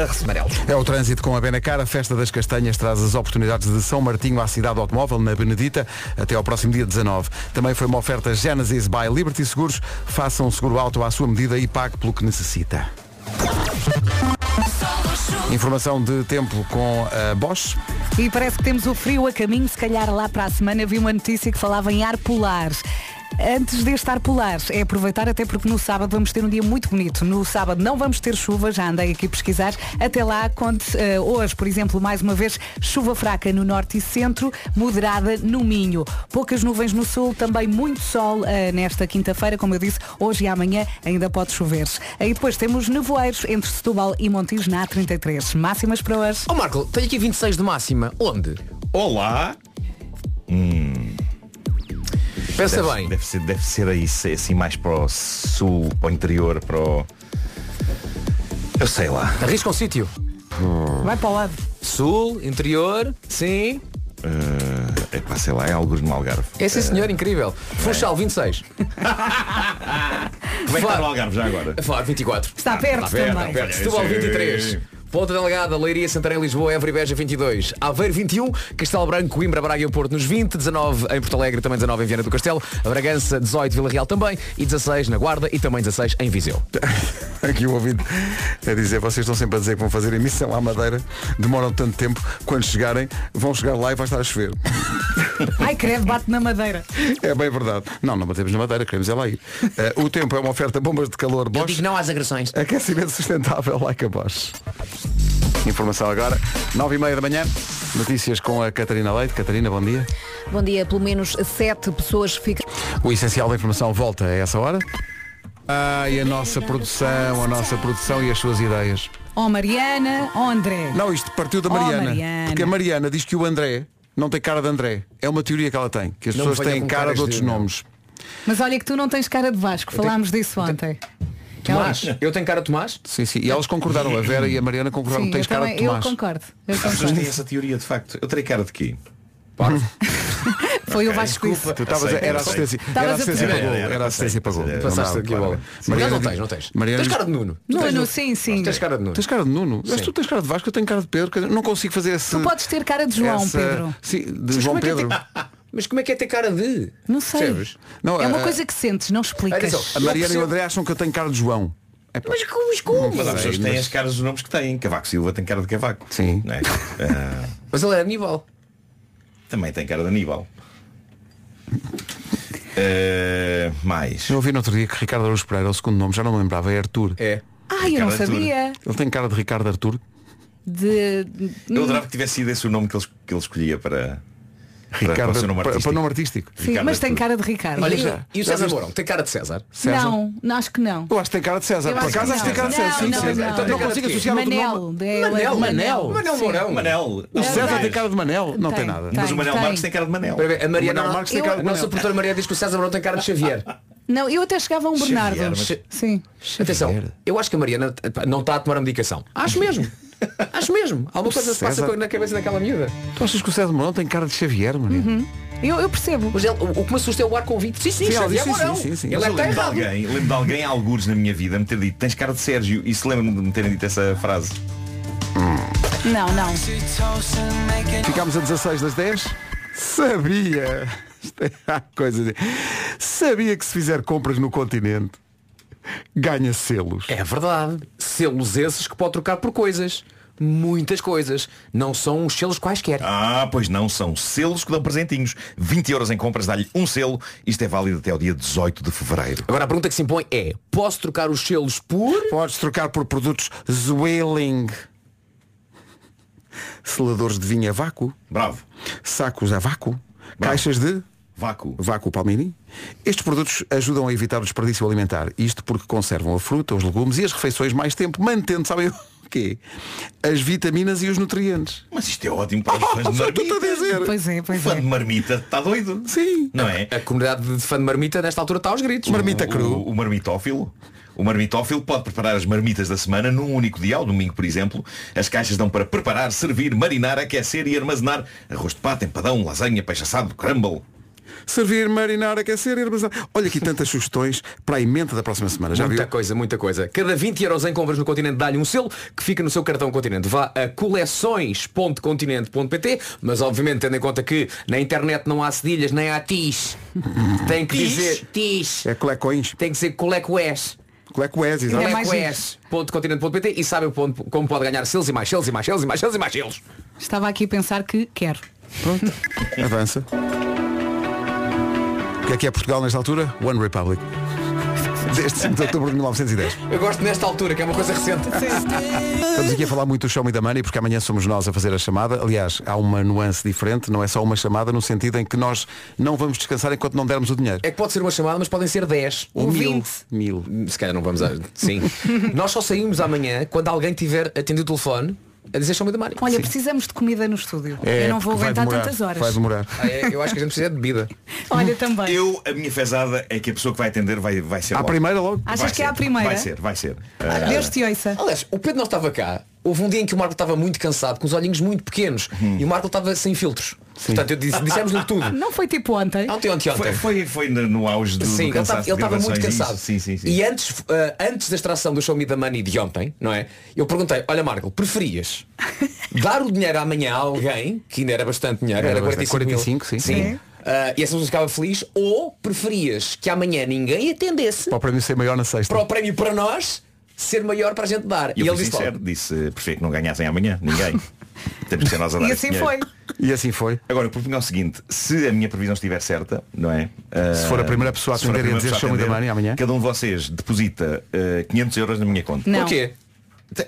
[SPEAKER 1] É o trânsito com a Benacar. A Festa das Castanhas traz as oportunidades de São Martinho à cidade automóvel, na Benedita, até ao próximo dia 19. Também foi uma oferta Genesis by Liberty Seguros. Faça um seguro auto à sua medida e pague pelo que necessita. Informação de tempo com a Bosch. <laughs>
[SPEAKER 3] E parece que temos o frio a caminho, se calhar lá para a semana vi uma notícia que falava em ar polar. Antes deste ar polar, é aproveitar até porque no sábado vamos ter um dia muito bonito. No sábado não vamos ter chuva, já andei aqui a pesquisar. Até lá, conte eh, hoje, por exemplo, mais uma vez, chuva fraca no norte e centro, moderada no Minho. Poucas nuvens no sul, também muito sol eh, nesta quinta-feira, como eu disse, hoje e amanhã ainda pode chover. Aí depois temos nevoeiros entre Setúbal e Montijo na A33. Máximas para hoje.
[SPEAKER 7] Ó Oh, Marco, tenho aqui 26 de máxima. Onde?
[SPEAKER 11] Olá! Hum.
[SPEAKER 7] Pensa
[SPEAKER 11] Deve-
[SPEAKER 7] bem.
[SPEAKER 11] Deve ser, deve ser aí, se- assim, mais para o sul, para o interior, para o... Eu sei lá.
[SPEAKER 7] Arrisca um sítio.
[SPEAKER 3] Vai para o lado.
[SPEAKER 7] Sul, interior, sim.
[SPEAKER 11] é epá, sei lá, é alguns no Algarve.
[SPEAKER 7] É sim senhor, incrível. Funchal, <laughs> 26.
[SPEAKER 11] Como é que está no Algarve já agora?
[SPEAKER 7] Fá, 24.
[SPEAKER 3] Está perto também.
[SPEAKER 7] Setúbal, 23. Ponta Delgada, Leiria, Santarém, Lisboa, Évora e Beja 22, Aveiro 21, Castelo Branco, Coimbra, Braga e o Porto nos 20, 19 em Porto Alegre, também 19 em Viana do Castelo, Bragança 18, Vila Real também e 16 na Guarda e também 16 em Viseu.
[SPEAKER 1] Aqui o ouvido a dizer, vocês estão sempre a dizer que vão fazer emissão à Madeira, demoram tanto tempo, quando chegarem, vão chegar lá e vai estar a chover.
[SPEAKER 3] Ai, credo, bate na madeira.
[SPEAKER 1] É bem verdade. Não, não batemos na madeira, queremos é lá ir. Eh, o tempo é uma oferta bombas de calor Bosch.
[SPEAKER 7] digo não às agressões.
[SPEAKER 1] Aquecimento sustentável, like a Bosch. Informação agora, 9 e meia da manhã, notícias com a Catarina Leite. Catarina, bom dia.
[SPEAKER 13] Bom dia, pelo menos sete pessoas ficam.
[SPEAKER 1] O essencial da informação volta a essa hora. Ah, e a nossa produção, a nossa produção e as suas ideias.
[SPEAKER 13] Oh,
[SPEAKER 3] Ó Mariana, ó André.
[SPEAKER 1] Não, isto partiu da
[SPEAKER 3] Oh,
[SPEAKER 1] Mariana,
[SPEAKER 3] Mariana.
[SPEAKER 1] Porque a Mariana diz que o André não tem cara de André. É uma teoria que ela tem, que as
[SPEAKER 7] Não
[SPEAKER 1] pessoas
[SPEAKER 7] venha
[SPEAKER 1] têm
[SPEAKER 7] com
[SPEAKER 1] cara
[SPEAKER 7] caras
[SPEAKER 1] de outros
[SPEAKER 7] de-
[SPEAKER 1] nomes.
[SPEAKER 3] Mas olha que tu não tens cara de Vasco, falámos disso ontem.
[SPEAKER 7] Tomás. Eu tenho cara de Tomás?
[SPEAKER 1] Sim, sim. E elas concordaram, a Vera e a Mariana concordaram.
[SPEAKER 13] Sim,
[SPEAKER 1] Tens
[SPEAKER 13] eu
[SPEAKER 1] cara
[SPEAKER 13] também-
[SPEAKER 1] de Tomás.
[SPEAKER 13] Eu concordo. Eu
[SPEAKER 11] As pessoas têm
[SPEAKER 13] concordo.
[SPEAKER 11] essa teoria, de facto. Eu terei cara de quê?
[SPEAKER 7] <laughs>
[SPEAKER 13] Foi o Vasco que disse.
[SPEAKER 1] Tu estavas, era assistência, era
[SPEAKER 13] Estavas
[SPEAKER 1] assistência
[SPEAKER 13] pedir.
[SPEAKER 1] para gol, era assistência para gol.
[SPEAKER 7] Passaste aqui a bola. Não, não tens, não tens. Tens cara de Nuno.
[SPEAKER 13] Nuno, sim, sim.
[SPEAKER 7] Tens cara de Nuno.
[SPEAKER 1] Tens cara de Nuno? Mas
[SPEAKER 7] Sim.
[SPEAKER 1] tu tens cara de Vasco, eu tenho cara de Pedro. quer dizer, Não consigo fazer esse.
[SPEAKER 13] Tu podes ter cara de João,
[SPEAKER 1] essa-
[SPEAKER 13] Pedro.
[SPEAKER 1] Sim, de
[SPEAKER 7] Mas
[SPEAKER 1] João
[SPEAKER 7] como é que é
[SPEAKER 1] Pedro.
[SPEAKER 7] ter- Mas como é que é ter cara de?
[SPEAKER 13] Não sei.
[SPEAKER 7] Percebes?
[SPEAKER 1] Não,
[SPEAKER 13] é
[SPEAKER 1] a-
[SPEAKER 13] uma
[SPEAKER 1] a-
[SPEAKER 13] coisa que sentes, não explicas.
[SPEAKER 1] A Mariana e o André acham que eu tenho cara de João.
[SPEAKER 13] Mas como? Mas como?
[SPEAKER 11] Mas há pessoas que têm
[SPEAKER 1] mas-
[SPEAKER 11] as caras dos nomes que têm. Cavaco Silva tem cara de Cavaco. é? Sim.
[SPEAKER 7] Mas ele é Aníbal.
[SPEAKER 11] Também tem cara de Aníbal. Eh, mais.
[SPEAKER 1] Eu ouvi no outro dia que Ricardo Araújo Pereira, o segundo nome, já não me lembrava, é Arthur.
[SPEAKER 7] É.
[SPEAKER 13] Ai, eu não sabia.
[SPEAKER 1] Ele tem cara de Ricardo Arthur.
[SPEAKER 13] De.
[SPEAKER 11] Eu adorava que tivesse sido esse o nome que ele, que ele escolhia para, para- para, um o
[SPEAKER 1] Ricardo,
[SPEAKER 11] seu nome
[SPEAKER 1] para,
[SPEAKER 11] artístico.
[SPEAKER 1] para o nome artístico.
[SPEAKER 13] Sim, mas tem cara de Ricardo.
[SPEAKER 7] Olha, e o César Mourão? Tem cara de César?
[SPEAKER 13] Não, não, acho que não.
[SPEAKER 1] Eu acho que tem cara de César.
[SPEAKER 13] Eu
[SPEAKER 1] Por
[SPEAKER 13] acho
[SPEAKER 1] acaso
[SPEAKER 13] que
[SPEAKER 1] acho que
[SPEAKER 13] não.
[SPEAKER 1] tem cara de César.
[SPEAKER 13] Não,
[SPEAKER 1] Sim,
[SPEAKER 13] não,
[SPEAKER 1] sim.
[SPEAKER 13] não,
[SPEAKER 1] Então não
[SPEAKER 13] não.
[SPEAKER 1] consigo
[SPEAKER 13] Manel,
[SPEAKER 1] associar outro nome.
[SPEAKER 13] de- Manel, Manel. Sim.
[SPEAKER 11] Manel.
[SPEAKER 1] O
[SPEAKER 13] Não,
[SPEAKER 1] César
[SPEAKER 13] tem.
[SPEAKER 1] tem cara de Manel? Não tem,
[SPEAKER 13] Tem,
[SPEAKER 1] nada.
[SPEAKER 13] Mas o Manel tem. Marques tem
[SPEAKER 11] cara de Manel.
[SPEAKER 7] Espera aí, A Mariana
[SPEAKER 1] O Manel Marques tem
[SPEAKER 7] eu-
[SPEAKER 1] cara de
[SPEAKER 7] A nossa
[SPEAKER 1] Manel.
[SPEAKER 7] produtora Maria diz que o César Mourão tem cara de Xavier.
[SPEAKER 13] Não, eu até chegava a um Bernardo.
[SPEAKER 7] Xavier,
[SPEAKER 13] Sim.
[SPEAKER 7] Atenção, eu acho que a Mariana epá, não está a tomar a medicação. Acho mesmo. <laughs> acho mesmo. Alguma coisa se passa
[SPEAKER 1] César.
[SPEAKER 7] na cabeça daquela miúda.
[SPEAKER 1] Tu achas que o César Mourão tem cara de Xavier, Maria?
[SPEAKER 13] Eu, eu percebo.
[SPEAKER 7] Mas ele- o o que me assusta é o ar convite. Sim, sim,
[SPEAKER 11] Sim,
[SPEAKER 7] Xavier
[SPEAKER 11] sim, sim,
[SPEAKER 7] Mourão.
[SPEAKER 11] sim, sim.
[SPEAKER 7] Ele
[SPEAKER 11] Mas
[SPEAKER 7] é
[SPEAKER 11] eu
[SPEAKER 7] que está
[SPEAKER 11] lembro de
[SPEAKER 7] errado.
[SPEAKER 11] alguém, lembro de alguém, algures na minha vida, me ter dito, tens cara de Sérgio, e se lembro-me de me terem dito essa frase.
[SPEAKER 13] Não, não.
[SPEAKER 1] Ficámos a 16 das 10? Sabia! Isto é a coisa de- Sabia que se fizer compras no continente, ganha selos.
[SPEAKER 7] É verdade. Selos esses que pode trocar por coisas. Muitas coisas. Não são uns selos quaisquer.
[SPEAKER 11] Ah, pois não, são selos que dão presentinhos. 20 euros em compras, dá-lhe um selo. Isto é válido até ao dia 18 de fevereiro.
[SPEAKER 7] Agora a pergunta que se impõe é, posso trocar os selos por...
[SPEAKER 1] Podes trocar por produtos Zwilling. Seladores de vinho a vácuo.
[SPEAKER 11] Bravo.
[SPEAKER 1] Sacos a vácuo. Caixas de...
[SPEAKER 11] Vácuo.
[SPEAKER 1] Vácuo Palmini. Estes produtos ajudam a evitar o desperdício alimentar. Isto porque conservam a fruta, os legumes e as refeições mais tempo, mantendo, sabem o quê? As vitaminas e os nutrientes.
[SPEAKER 11] Mas isto é
[SPEAKER 13] <laughs>
[SPEAKER 11] ótimo para os
[SPEAKER 1] <laughs>
[SPEAKER 11] fãs de
[SPEAKER 1] Foi o que eu
[SPEAKER 11] marmita.
[SPEAKER 1] estou a dizer.
[SPEAKER 13] Oh, Pois é, pois
[SPEAKER 11] Fã
[SPEAKER 13] é.
[SPEAKER 11] de marmita, está doido.
[SPEAKER 1] Sim.
[SPEAKER 11] Não é?
[SPEAKER 7] A comunidade de fã de marmita nesta altura está aos gritos.
[SPEAKER 11] O- O, o marmitófilo. O marmitófilo pode preparar as marmitas da semana num único dia, ao domingo, por exemplo. As caixas dão para preparar, servir, marinar, aquecer e armazenar arroz de pato, empadão, lasanha, peixe assado, crumble.
[SPEAKER 1] Servir, marinar, aquecer e armazenar. Olha aqui tantas sugestões para a emenda da próxima semana. Já
[SPEAKER 7] muita
[SPEAKER 1] viu?
[SPEAKER 7] coisa, muita coisa. Cada 20 euros em compras no Continente dá-lhe um selo que fica no seu cartão Continente. Vá a coleções.continente.pt, mas obviamente tendo em conta que na internet não há cedilhas nem há <laughs> tis. Tem que
[SPEAKER 1] Tis?
[SPEAKER 7] dizer tis.
[SPEAKER 1] É colecões.
[SPEAKER 7] Tem que ser colecoes.
[SPEAKER 1] Colecoes,
[SPEAKER 7] é
[SPEAKER 1] exato.
[SPEAKER 7] Colecoes.continente.pt e sabe ponto- como pode ganhar selos e mais selos e mais selos e mais selos e mais selos.
[SPEAKER 13] Estava aqui a pensar que quero.
[SPEAKER 1] Pronto. Avança. O que é que é Portugal nesta altura? One Republic. Desde 5 de outubro de 1910.
[SPEAKER 7] Eu gosto nesta altura, que é uma coisa recente.
[SPEAKER 1] Estamos aqui a falar muito do Show Me the Money porque amanhã somos nós a fazer a chamada. Aliás, há uma nuance diferente, não é só uma chamada no sentido em que nós não vamos descansar enquanto não dermos o dinheiro.
[SPEAKER 7] É que pode ser uma chamada, mas podem ser 10
[SPEAKER 1] Ou mil. Mil.
[SPEAKER 7] Se calhar não vamos a... Sim. Nós só saímos amanhã quando alguém tiver atendido o telefone a dizer show me the money.
[SPEAKER 13] Olha, precisamos de comida no estúdio. eu não vou
[SPEAKER 1] porque É vai
[SPEAKER 13] aguentar
[SPEAKER 1] demorar,
[SPEAKER 13] tantas horas.
[SPEAKER 1] Vai demorar.
[SPEAKER 7] Ah, é? Eu acho que a gente precisa de bebida.
[SPEAKER 13] Olha também.
[SPEAKER 11] Eu, a minha fezada é que a pessoa que Ah, vai atender vai, vai ser.
[SPEAKER 1] À
[SPEAKER 11] logo.
[SPEAKER 1] primeira logo?
[SPEAKER 13] Achas
[SPEAKER 11] Vai
[SPEAKER 13] que
[SPEAKER 11] ser,
[SPEAKER 13] é à primeira?
[SPEAKER 11] Vai ser, vai ser. Ah,
[SPEAKER 13] Deus te ouça.
[SPEAKER 7] Aliás, o Pedro não estava cá. Houve um dia em que o Marco estava muito cansado, com os olhinhos muito pequenos.
[SPEAKER 11] Uhum.
[SPEAKER 7] E o Marco estava sem filtros. Portanto, eu disse, dissemos-lhe tudo.
[SPEAKER 13] Não foi tipo ontem.
[SPEAKER 7] Ontem, ontem,
[SPEAKER 11] Ah, foi,
[SPEAKER 7] ontem.
[SPEAKER 11] foi, foi no no auge do,
[SPEAKER 7] Sim,
[SPEAKER 11] do
[SPEAKER 7] ele
[SPEAKER 11] cansaço
[SPEAKER 7] estava-
[SPEAKER 11] de
[SPEAKER 7] ele estava muito
[SPEAKER 11] gravações,
[SPEAKER 7] cansado.
[SPEAKER 11] isso, Sim, sim, sim.
[SPEAKER 7] E antes, eh, antes da extração do Show Me the Money de ontem, não é? Eu perguntei, olha Marco, preferias dar o dinheiro amanhã a alguém, que ainda era bastante dinheiro,
[SPEAKER 1] Era
[SPEAKER 7] era,
[SPEAKER 1] bastante,
[SPEAKER 7] 45, mil,
[SPEAKER 1] 45, sim. Sim.
[SPEAKER 7] eh, e essa pessoa ficava feliz, ou preferias que amanhã ninguém atendesse
[SPEAKER 1] Para o prémio ser maior na sexta.
[SPEAKER 7] para o prémio para nós ser maior para a gente dar.
[SPEAKER 11] Eu
[SPEAKER 7] e
[SPEAKER 11] fui
[SPEAKER 7] ele disse
[SPEAKER 11] sincero,
[SPEAKER 7] logo,
[SPEAKER 11] disse, prefiro que não ganhassem amanhã, ninguém. Temos que ser nós a dar
[SPEAKER 13] E
[SPEAKER 11] esse
[SPEAKER 13] assim
[SPEAKER 11] dinheiro.
[SPEAKER 13] foi.
[SPEAKER 1] E assim foi.
[SPEAKER 11] Agora, eu propunha o seguinte, se a minha previsão estiver certa, não é? Ah,
[SPEAKER 1] Se for a primeira pessoa a
[SPEAKER 11] se for
[SPEAKER 1] atender e
[SPEAKER 11] primeira
[SPEAKER 1] dizer
[SPEAKER 11] pessoa a
[SPEAKER 1] show me the
[SPEAKER 11] atender,
[SPEAKER 1] money amanhã.
[SPEAKER 11] Cada um de vocês deposita ah, 500 euros na minha conta.
[SPEAKER 13] Não.
[SPEAKER 7] porquê?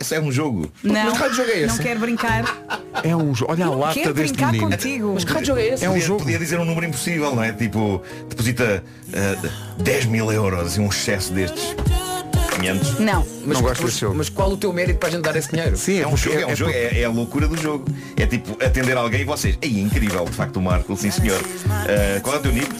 [SPEAKER 11] Isso é um jogo.
[SPEAKER 13] Não,
[SPEAKER 7] Mas que raio de jogo é
[SPEAKER 13] não
[SPEAKER 7] esse?
[SPEAKER 13] quero brincar.
[SPEAKER 1] É um jo- Olha a lata
[SPEAKER 13] quero
[SPEAKER 1] deste
[SPEAKER 13] brincar
[SPEAKER 1] menino.
[SPEAKER 13] contigo.
[SPEAKER 7] Mas que raio de jogo é esse?
[SPEAKER 11] É um
[SPEAKER 1] jogo.
[SPEAKER 11] Podia dizer um número impossível, não é? Tipo, deposita ah, 10 mil euros e um excesso destes 500.
[SPEAKER 13] Não.
[SPEAKER 7] Mas,
[SPEAKER 1] Não gosto
[SPEAKER 7] mas-
[SPEAKER 1] desse jogo.
[SPEAKER 7] mas qual o teu mérito para a gente dar esse dinheiro?
[SPEAKER 1] Sim,
[SPEAKER 11] É um jogo, é um jogo, é, é a loucura do jogo. É tipo atender alguém e vocês. É incrível, de facto, o Marco, sim senhor. Ah, qual é o teu nível?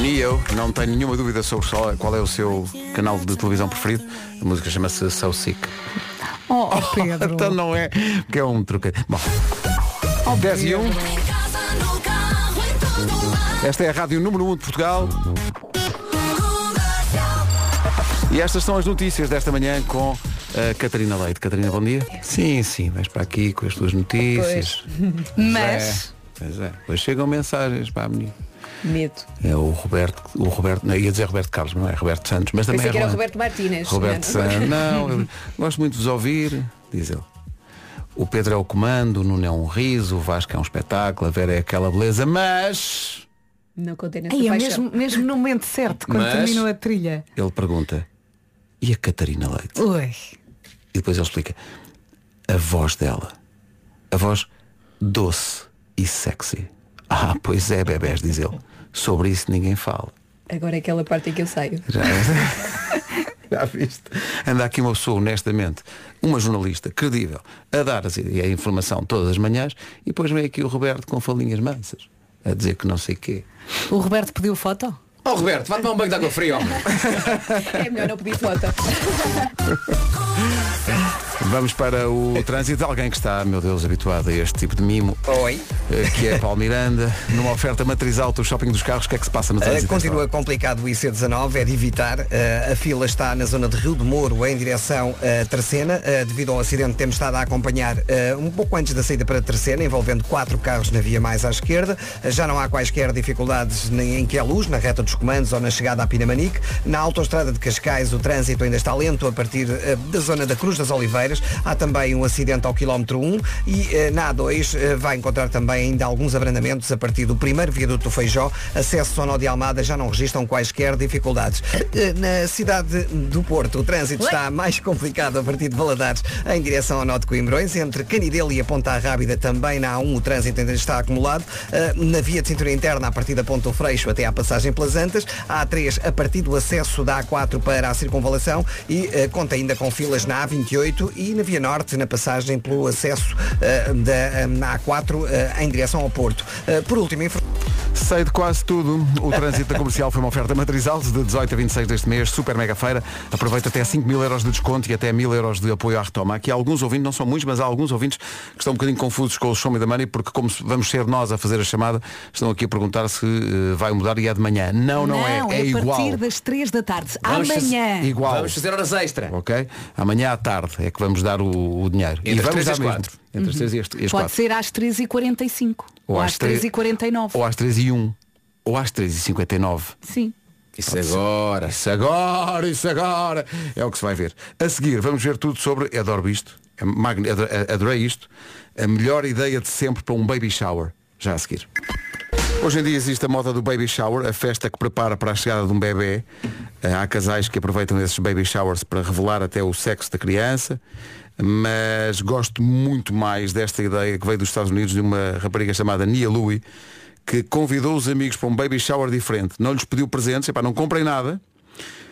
[SPEAKER 1] Neo, não tenho nenhuma dúvida sobre qual- qual é o seu canal de televisão preferido. A música chama-se So Sick.
[SPEAKER 13] Oh,
[SPEAKER 1] <laughs>
[SPEAKER 13] Pedro.
[SPEAKER 1] Então não é, porque é um truque. Bom, 10 e 1. Esta é a Rádio Número 1 de Portugal. E estas são as notícias desta manhã com a Catarina Leite. Catarina, bom dia. Sim, sim, vais para aqui com as tuas notícias.
[SPEAKER 14] Mas.
[SPEAKER 1] Pois é, pois é. Depois chegam mensagens para a menina.
[SPEAKER 14] Medo.
[SPEAKER 1] É o Roberto, o Roberto, não, ia dizer Roberto Carlos, não é Roberto Santos, mas também
[SPEAKER 14] Pensei
[SPEAKER 1] é
[SPEAKER 14] que era o
[SPEAKER 1] Roberto-
[SPEAKER 14] Roberto Martínez.
[SPEAKER 1] Roberto Santos. Não, eu gosto muito de vos ouvir, diz ele. O Pedro é o comando, o Nuno é um riso, o Vasco é um espetáculo, a Vera é aquela beleza, mas
[SPEAKER 14] Não contei nessa
[SPEAKER 13] Aí é
[SPEAKER 14] paixão.
[SPEAKER 13] mesmo, mesmo no momento certo, quando
[SPEAKER 1] Mas-
[SPEAKER 13] terminou a trilha.
[SPEAKER 1] ele pergunta, e a Catarina Leite?
[SPEAKER 13] Ui.
[SPEAKER 1] E depois ele explica, a voz dela, a voz doce e sexy. <laughs> Ah, pois é, bebés, diz ele. Sobre isso ninguém fala.
[SPEAKER 14] Agora é aquela parte em que eu saio.
[SPEAKER 1] Já, é. <laughs> já viste? Anda aqui uma pessoa, honestamente, uma jornalista credível, a dar as- a informação todas as manhãs e depois vem aqui o Roberto com falinhas mansas a dizer que não sei quê.
[SPEAKER 3] O Roberto pediu foto?
[SPEAKER 7] Oh Roberto, vai tomar um banho de água fria, homem.
[SPEAKER 14] É melhor não pedir foto.
[SPEAKER 1] Vamos para o trânsito. Alguém que está, meu Deus, habituado a este tipo de mimo.
[SPEAKER 8] Oi.
[SPEAKER 1] Eh, Que é Paulo Miranda, numa oferta matriz alto, o shopping dos carros, o que é que se passa
[SPEAKER 7] Eh,
[SPEAKER 1] no
[SPEAKER 8] Uh,
[SPEAKER 1] trânsito?
[SPEAKER 8] continua complicado o IC19, é de evitar. Uh, a fila está na zona de Rio de Moro, em direção a Tercena. Uh, devido ao acidente, temos estado a acompanhar uh, um pouco antes da saída para Tercena, envolvendo quatro carros na via mais à esquerda. Uh, já não há quaisquer dificuldades nem em que é luz, na reta dos comandos ou na chegada à Pinamanique. Na autoestrada de Cascais, o trânsito ainda está lento a partir uh, da zona da Cruz das Oliveiras. Há também um acidente ao quilómetro 1 e eh, na A2 eh, vai encontrar também ainda alguns abrandamentos a partir do primeiro viaduto do Feijó. Acesso ao nó de Almada já não registram quaisquer dificuldades. Eh, Na cidade do Porto, o trânsito está mais complicado a partir de Valadares em direção ao nó de Coimbrões. Entre Canidelo e a Ponta Rábida também na A1 o trânsito ainda está acumulado. Eh, Na via de cintura interna, a partir da Ponta do Freixo até à passagem pelas Antas. A A3 a partir do acesso da A4 para a circunvalação e eh, conta ainda com filas na A28 e na Via Norte, na passagem pelo acesso eh, da eh, na A4 eh, em direção ao Porto. Eh, por último, infor-
[SPEAKER 1] Sei de quase tudo. O trânsito da comercial foi uma oferta matriz alto de 18 a 26 deste mês, super mega feira. Aproveita até 5 mil euros de desconto e até mil euros de apoio à retoma. Aqui há alguns ouvintes, não são muitos, mas há alguns ouvintes que estão um bocadinho confusos com o Show Me da Money, porque como se- vamos ser nós a fazer a chamada, estão aqui a perguntar se eh, vai mudar e é de manhã. Não, não, é. É,
[SPEAKER 3] a
[SPEAKER 1] igual.
[SPEAKER 3] partir das 3 da tarde.
[SPEAKER 1] Vamos fazer-
[SPEAKER 3] Amanhã.
[SPEAKER 1] Igual.
[SPEAKER 7] Vamos fazer horas extra.
[SPEAKER 1] Ok? Amanhã à tarde é que vamos dar o, o dinheiro.
[SPEAKER 7] Entre as
[SPEAKER 1] vamos
[SPEAKER 7] três e
[SPEAKER 1] dar
[SPEAKER 7] as
[SPEAKER 1] mesmo.
[SPEAKER 7] quatro.
[SPEAKER 1] Entre as 3 e as e as
[SPEAKER 3] Pode
[SPEAKER 1] 4.
[SPEAKER 3] ser às 3h45. Ou, às 3h49.
[SPEAKER 1] Ou às 3 e 1. Ou às 3 e 59.
[SPEAKER 3] Sim.
[SPEAKER 1] Isso
[SPEAKER 7] é
[SPEAKER 1] agora. Isso agora, isso agora. É o que se vai ver. A seguir, vamos ver tudo sobre. eu Adoro isto. é magn- adoro- Adorei isto. A melhor ideia de sempre para um baby shower. Já a seguir. Hoje em dia existe a moda do baby shower, a festa que prepara para a chegada de um bebê. Eh, Há casais que aproveitam esses baby showers para revelar até o sexo da criança. Mas gosto muito mais desta ideia que veio dos Estados Unidos de uma rapariga chamada Nia Louie, que convidou os amigos para um baby shower diferente. Não lhes pediu presentes, epá, não comprem nada.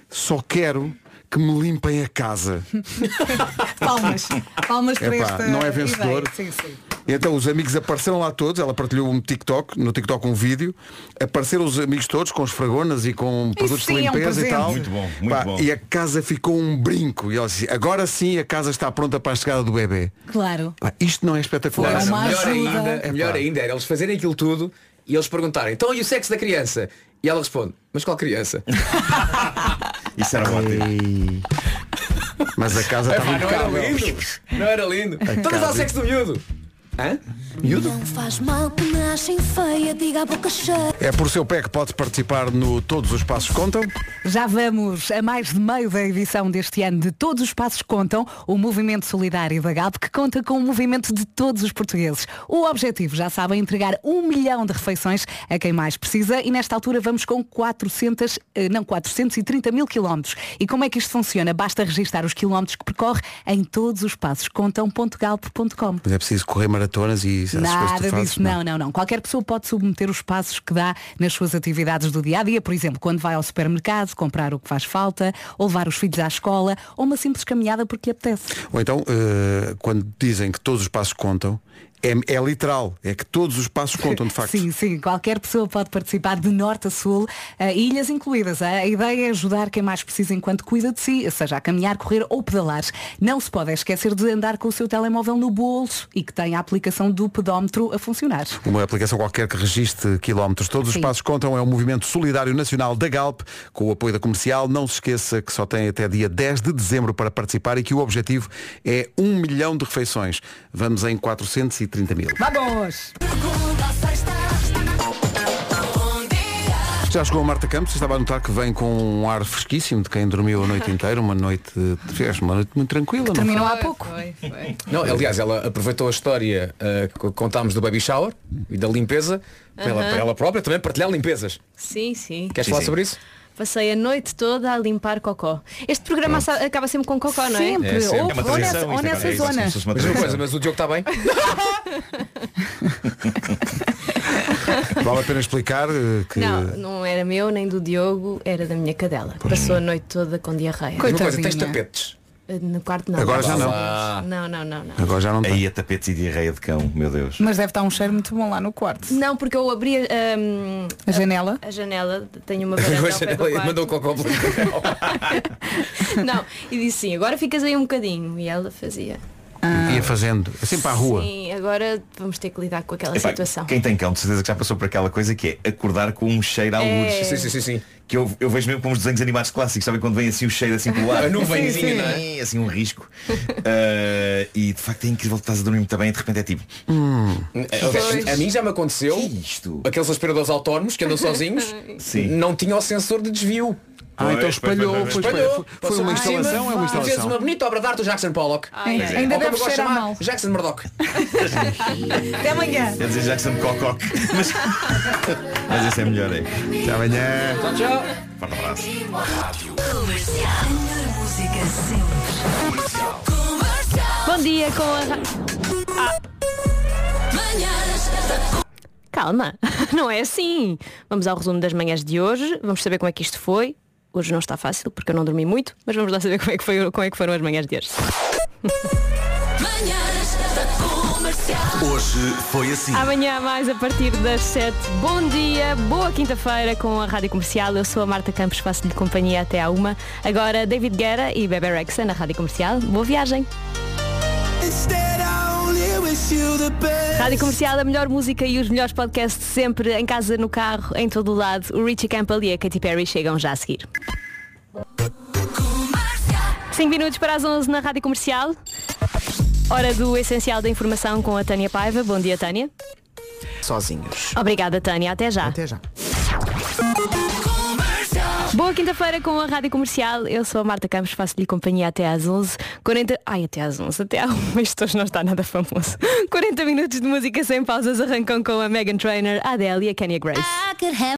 [SPEAKER 1] Só quero que me limpem a casa. <laughs>
[SPEAKER 13] Palmas. Palmas para
[SPEAKER 1] Epá,
[SPEAKER 13] esta
[SPEAKER 1] não é vencedor.
[SPEAKER 13] ideia. Sim, sim.
[SPEAKER 1] Então os amigos apareceram lá todos, ela partilhou um TikTok, no TikTok um vídeo, apareceram os amigos todos com esfragonas e com produtos
[SPEAKER 13] sim,
[SPEAKER 1] de
[SPEAKER 13] é um
[SPEAKER 1] limpeza e
[SPEAKER 13] presente.
[SPEAKER 1] tal.
[SPEAKER 13] Muito
[SPEAKER 11] bom, muito bom.
[SPEAKER 1] E a casa ficou um brinco. E ela disse, agora sim a casa está pronta para a chegada do bebê.
[SPEAKER 3] Claro.
[SPEAKER 1] Pá, isto não é espetacular.
[SPEAKER 7] Não, melhor ainda, melhor ainda era eles fazerem aquilo tudo e eles perguntarem, então e o sexo da criança? E ela responde, mas qual criança?
[SPEAKER 15] Tá
[SPEAKER 11] Isso era ótimo.
[SPEAKER 1] Mas a casa
[SPEAKER 7] Epá,
[SPEAKER 1] estava
[SPEAKER 7] não era
[SPEAKER 1] impecável.
[SPEAKER 7] lindo. Não era lindo.
[SPEAKER 15] Tá
[SPEAKER 1] A
[SPEAKER 7] Então mas há
[SPEAKER 1] casa-
[SPEAKER 7] sexo do miúdo. Hã? Miúdo?
[SPEAKER 2] Não faz mal que nascem feia, diga a boca cheia.
[SPEAKER 1] É por seu pé que pode participar no Todos os Passos Contam.
[SPEAKER 3] Já vamos a mais de meio da edição deste ano de Todos os Passos Contam, o movimento solidário da GAP que conta com o movimento de todos os portugueses. O objetivo, já sabem, é entregar um milhão de refeições a quem mais precisa e nesta altura vamos com 400, eh, não, 430 mil quilómetros. E como é que isto funciona? Basta registar os quilómetros que percorre em todos os passos contam.galp.com.
[SPEAKER 1] Mas é preciso correr maratonas e essas coisas que tu
[SPEAKER 3] Nada
[SPEAKER 1] fazes,
[SPEAKER 3] disso, não, não, não. Qualquer pessoa pode submeter os passos que dá nas suas atividades do dia a dia, por exemplo, quando vai ao supermercado, comprar o que faz falta, ou levar os filhos à escola, ou uma simples caminhada porque lhe apetece.
[SPEAKER 1] Ou então, eh, quando dizem que todos os passos contam, É, é literal, é que todos os passos contam de facto.
[SPEAKER 3] <laughs> Sim, sim, qualquer pessoa pode participar de norte a sul, eh, ilhas incluídas. A ideia é ajudar quem mais precisa enquanto cuida de si, seja a caminhar, correr ou pedalar. Não se pode esquecer de andar com o seu telemóvel no bolso e que tem a aplicação do pedómetro a funcionar.
[SPEAKER 1] Uma aplicação qualquer que registre quilómetros. Todos os passos contam. É um movimento solidário nacional da Galp, com o apoio da comercial. Não se esqueça que só tem até dia 10 de dezembro para participar e que o objetivo é um milhão de refeições. Vamos em 430 mil.
[SPEAKER 3] Vamos!
[SPEAKER 1] Já chegou a Marta Campos, estava a notar que vem com um ar fresquíssimo de quem dormiu a noite inteira, uma noite, fez uma noite muito tranquila. não
[SPEAKER 3] Terminou
[SPEAKER 1] foi?
[SPEAKER 3] há pouco.
[SPEAKER 7] Não, aliás, ela aproveitou a história eh, que contámos do baby shower e da limpeza para ela-
[SPEAKER 15] Aham.
[SPEAKER 7] para ela própria também partilhar limpezas.
[SPEAKER 15] Sim, sim.
[SPEAKER 7] Queres falar sobre isso?
[SPEAKER 15] Passei a noite toda a limpar cocó. Este programa sa- acaba sempre com cocó, não é?
[SPEAKER 7] É sempre.
[SPEAKER 15] Ou- ou nessa- ou nessa zona.
[SPEAKER 7] Mas uma coisa, mas o Diogo está bem?
[SPEAKER 1] Vale a pena explicar eh, que.
[SPEAKER 15] Não, não era meu nem do Diogo, era da minha cadela. Passou a noite toda com diarreia.
[SPEAKER 1] Mas uma coisa, tens Coitadinha. tapetes?
[SPEAKER 15] Eh, No quarto não.
[SPEAKER 11] Agora já não.
[SPEAKER 15] Não, não, não, não.
[SPEAKER 1] Agora já não
[SPEAKER 11] Aí a tapetes e diarreia de cão, meu Deus.
[SPEAKER 13] Mas deve estar um cheiro muito bom lá no quarto.
[SPEAKER 15] Não, porque eu abri a, hum,
[SPEAKER 13] A janela?
[SPEAKER 15] A janela, tenho
[SPEAKER 7] <laughs>
[SPEAKER 15] uma varanda um ao pé do quarto.
[SPEAKER 7] mandou um o cocó pelo-
[SPEAKER 15] Não, e disse sim, agora ficas aí um bocadinho. E ela fazia.
[SPEAKER 1] Ia fazendo, É sempre à rua.
[SPEAKER 15] Sim, agora vamos ter que lidar com aquela
[SPEAKER 11] Epá,
[SPEAKER 15] situação.
[SPEAKER 11] Quem tem cão, de certeza que já passou por aquela coisa que é acordar com um cheiro a algures.
[SPEAKER 15] <laughs> É. Sim, sim, sim,
[SPEAKER 11] Que eu, eu vejo mesmo como os desenhos animados clássicos, sabem quando vem assim o cheiro assim <laughs> pelo ar.
[SPEAKER 7] A nuvenzinha,
[SPEAKER 11] Sim,
[SPEAKER 7] não é?
[SPEAKER 11] sim, Assim um risco. Uh, e de facto é incrível que estás a dormir muito bem e de repente é tipo. é
[SPEAKER 7] A mim já me aconteceu aqueles aspiradores
[SPEAKER 13] <laughs>
[SPEAKER 7] autónomos que andam sozinhos não tinham o sensor de desvio.
[SPEAKER 1] Ah, então
[SPEAKER 7] Pois,
[SPEAKER 1] espalhou,
[SPEAKER 7] pois,
[SPEAKER 1] pois,
[SPEAKER 7] pois, espalhou.
[SPEAKER 1] foi- foi
[SPEAKER 7] Passou
[SPEAKER 1] uma
[SPEAKER 7] por cima,
[SPEAKER 1] instalação, é uma
[SPEAKER 7] fez
[SPEAKER 1] instalação.
[SPEAKER 7] uma bonita obra de arte do Jackson Pollock.
[SPEAKER 13] Ai, ai. Ainda
[SPEAKER 7] Ou como
[SPEAKER 13] deve
[SPEAKER 7] eu gosto de
[SPEAKER 13] cheirar
[SPEAKER 7] chamar,
[SPEAKER 13] mal.
[SPEAKER 7] Jackson Murdoch.
[SPEAKER 13] Até amanhã.
[SPEAKER 11] Quer dizer Jackson Cococ. Mas, <laughs> mas esse é melhor, é. Até amanhã.
[SPEAKER 7] Tchau, tchau.
[SPEAKER 11] Forte abraço.
[SPEAKER 15] Bom dia com a. ra- Ah. Calma, <laughs> não é assim. Vamos ao resumo das manhãs de hoje. Vamos saber como é que isto foi. Hoje não está fácil porque eu não dormi muito, mas vamos lá saber como é que, foi, como é que foram as manhãs de hoje.
[SPEAKER 5] Hoje foi assim.
[SPEAKER 15] Amanhã há mais a partir das 7. Bom dia, boa quinta-feira com a Rádio Comercial. Eu sou a Marta Campos, faço-lhe companhia até à uma. Agora David Guerra e Bebe Rexha na Rádio Comercial. Boa viagem. Rádio Comercial, a melhor música e os melhores podcasts sempre, em casa, no carro, em todo o lado. O Richie é Campbell e a Katy Perry chegam já a seguir. 5 minutos para as 11 na Rádio Comercial. Hora do Essencial da Informação com a Tânia Paiva. Bom dia, Tânia.
[SPEAKER 16] Sozinhos.
[SPEAKER 15] Obrigada, Tânia. Até já.
[SPEAKER 16] Até já.
[SPEAKER 15] Boa quinta-feira com a Rádio Comercial. Eu sou a Marta Campos, faço-lhe companhia até às 11. 40... Ai, até às 11, até à 1. Isto hoje não está nada famoso. É 40 minutos de música sem pausas arrancam com a Megan Trainor, a Adele e a Kenya Grace.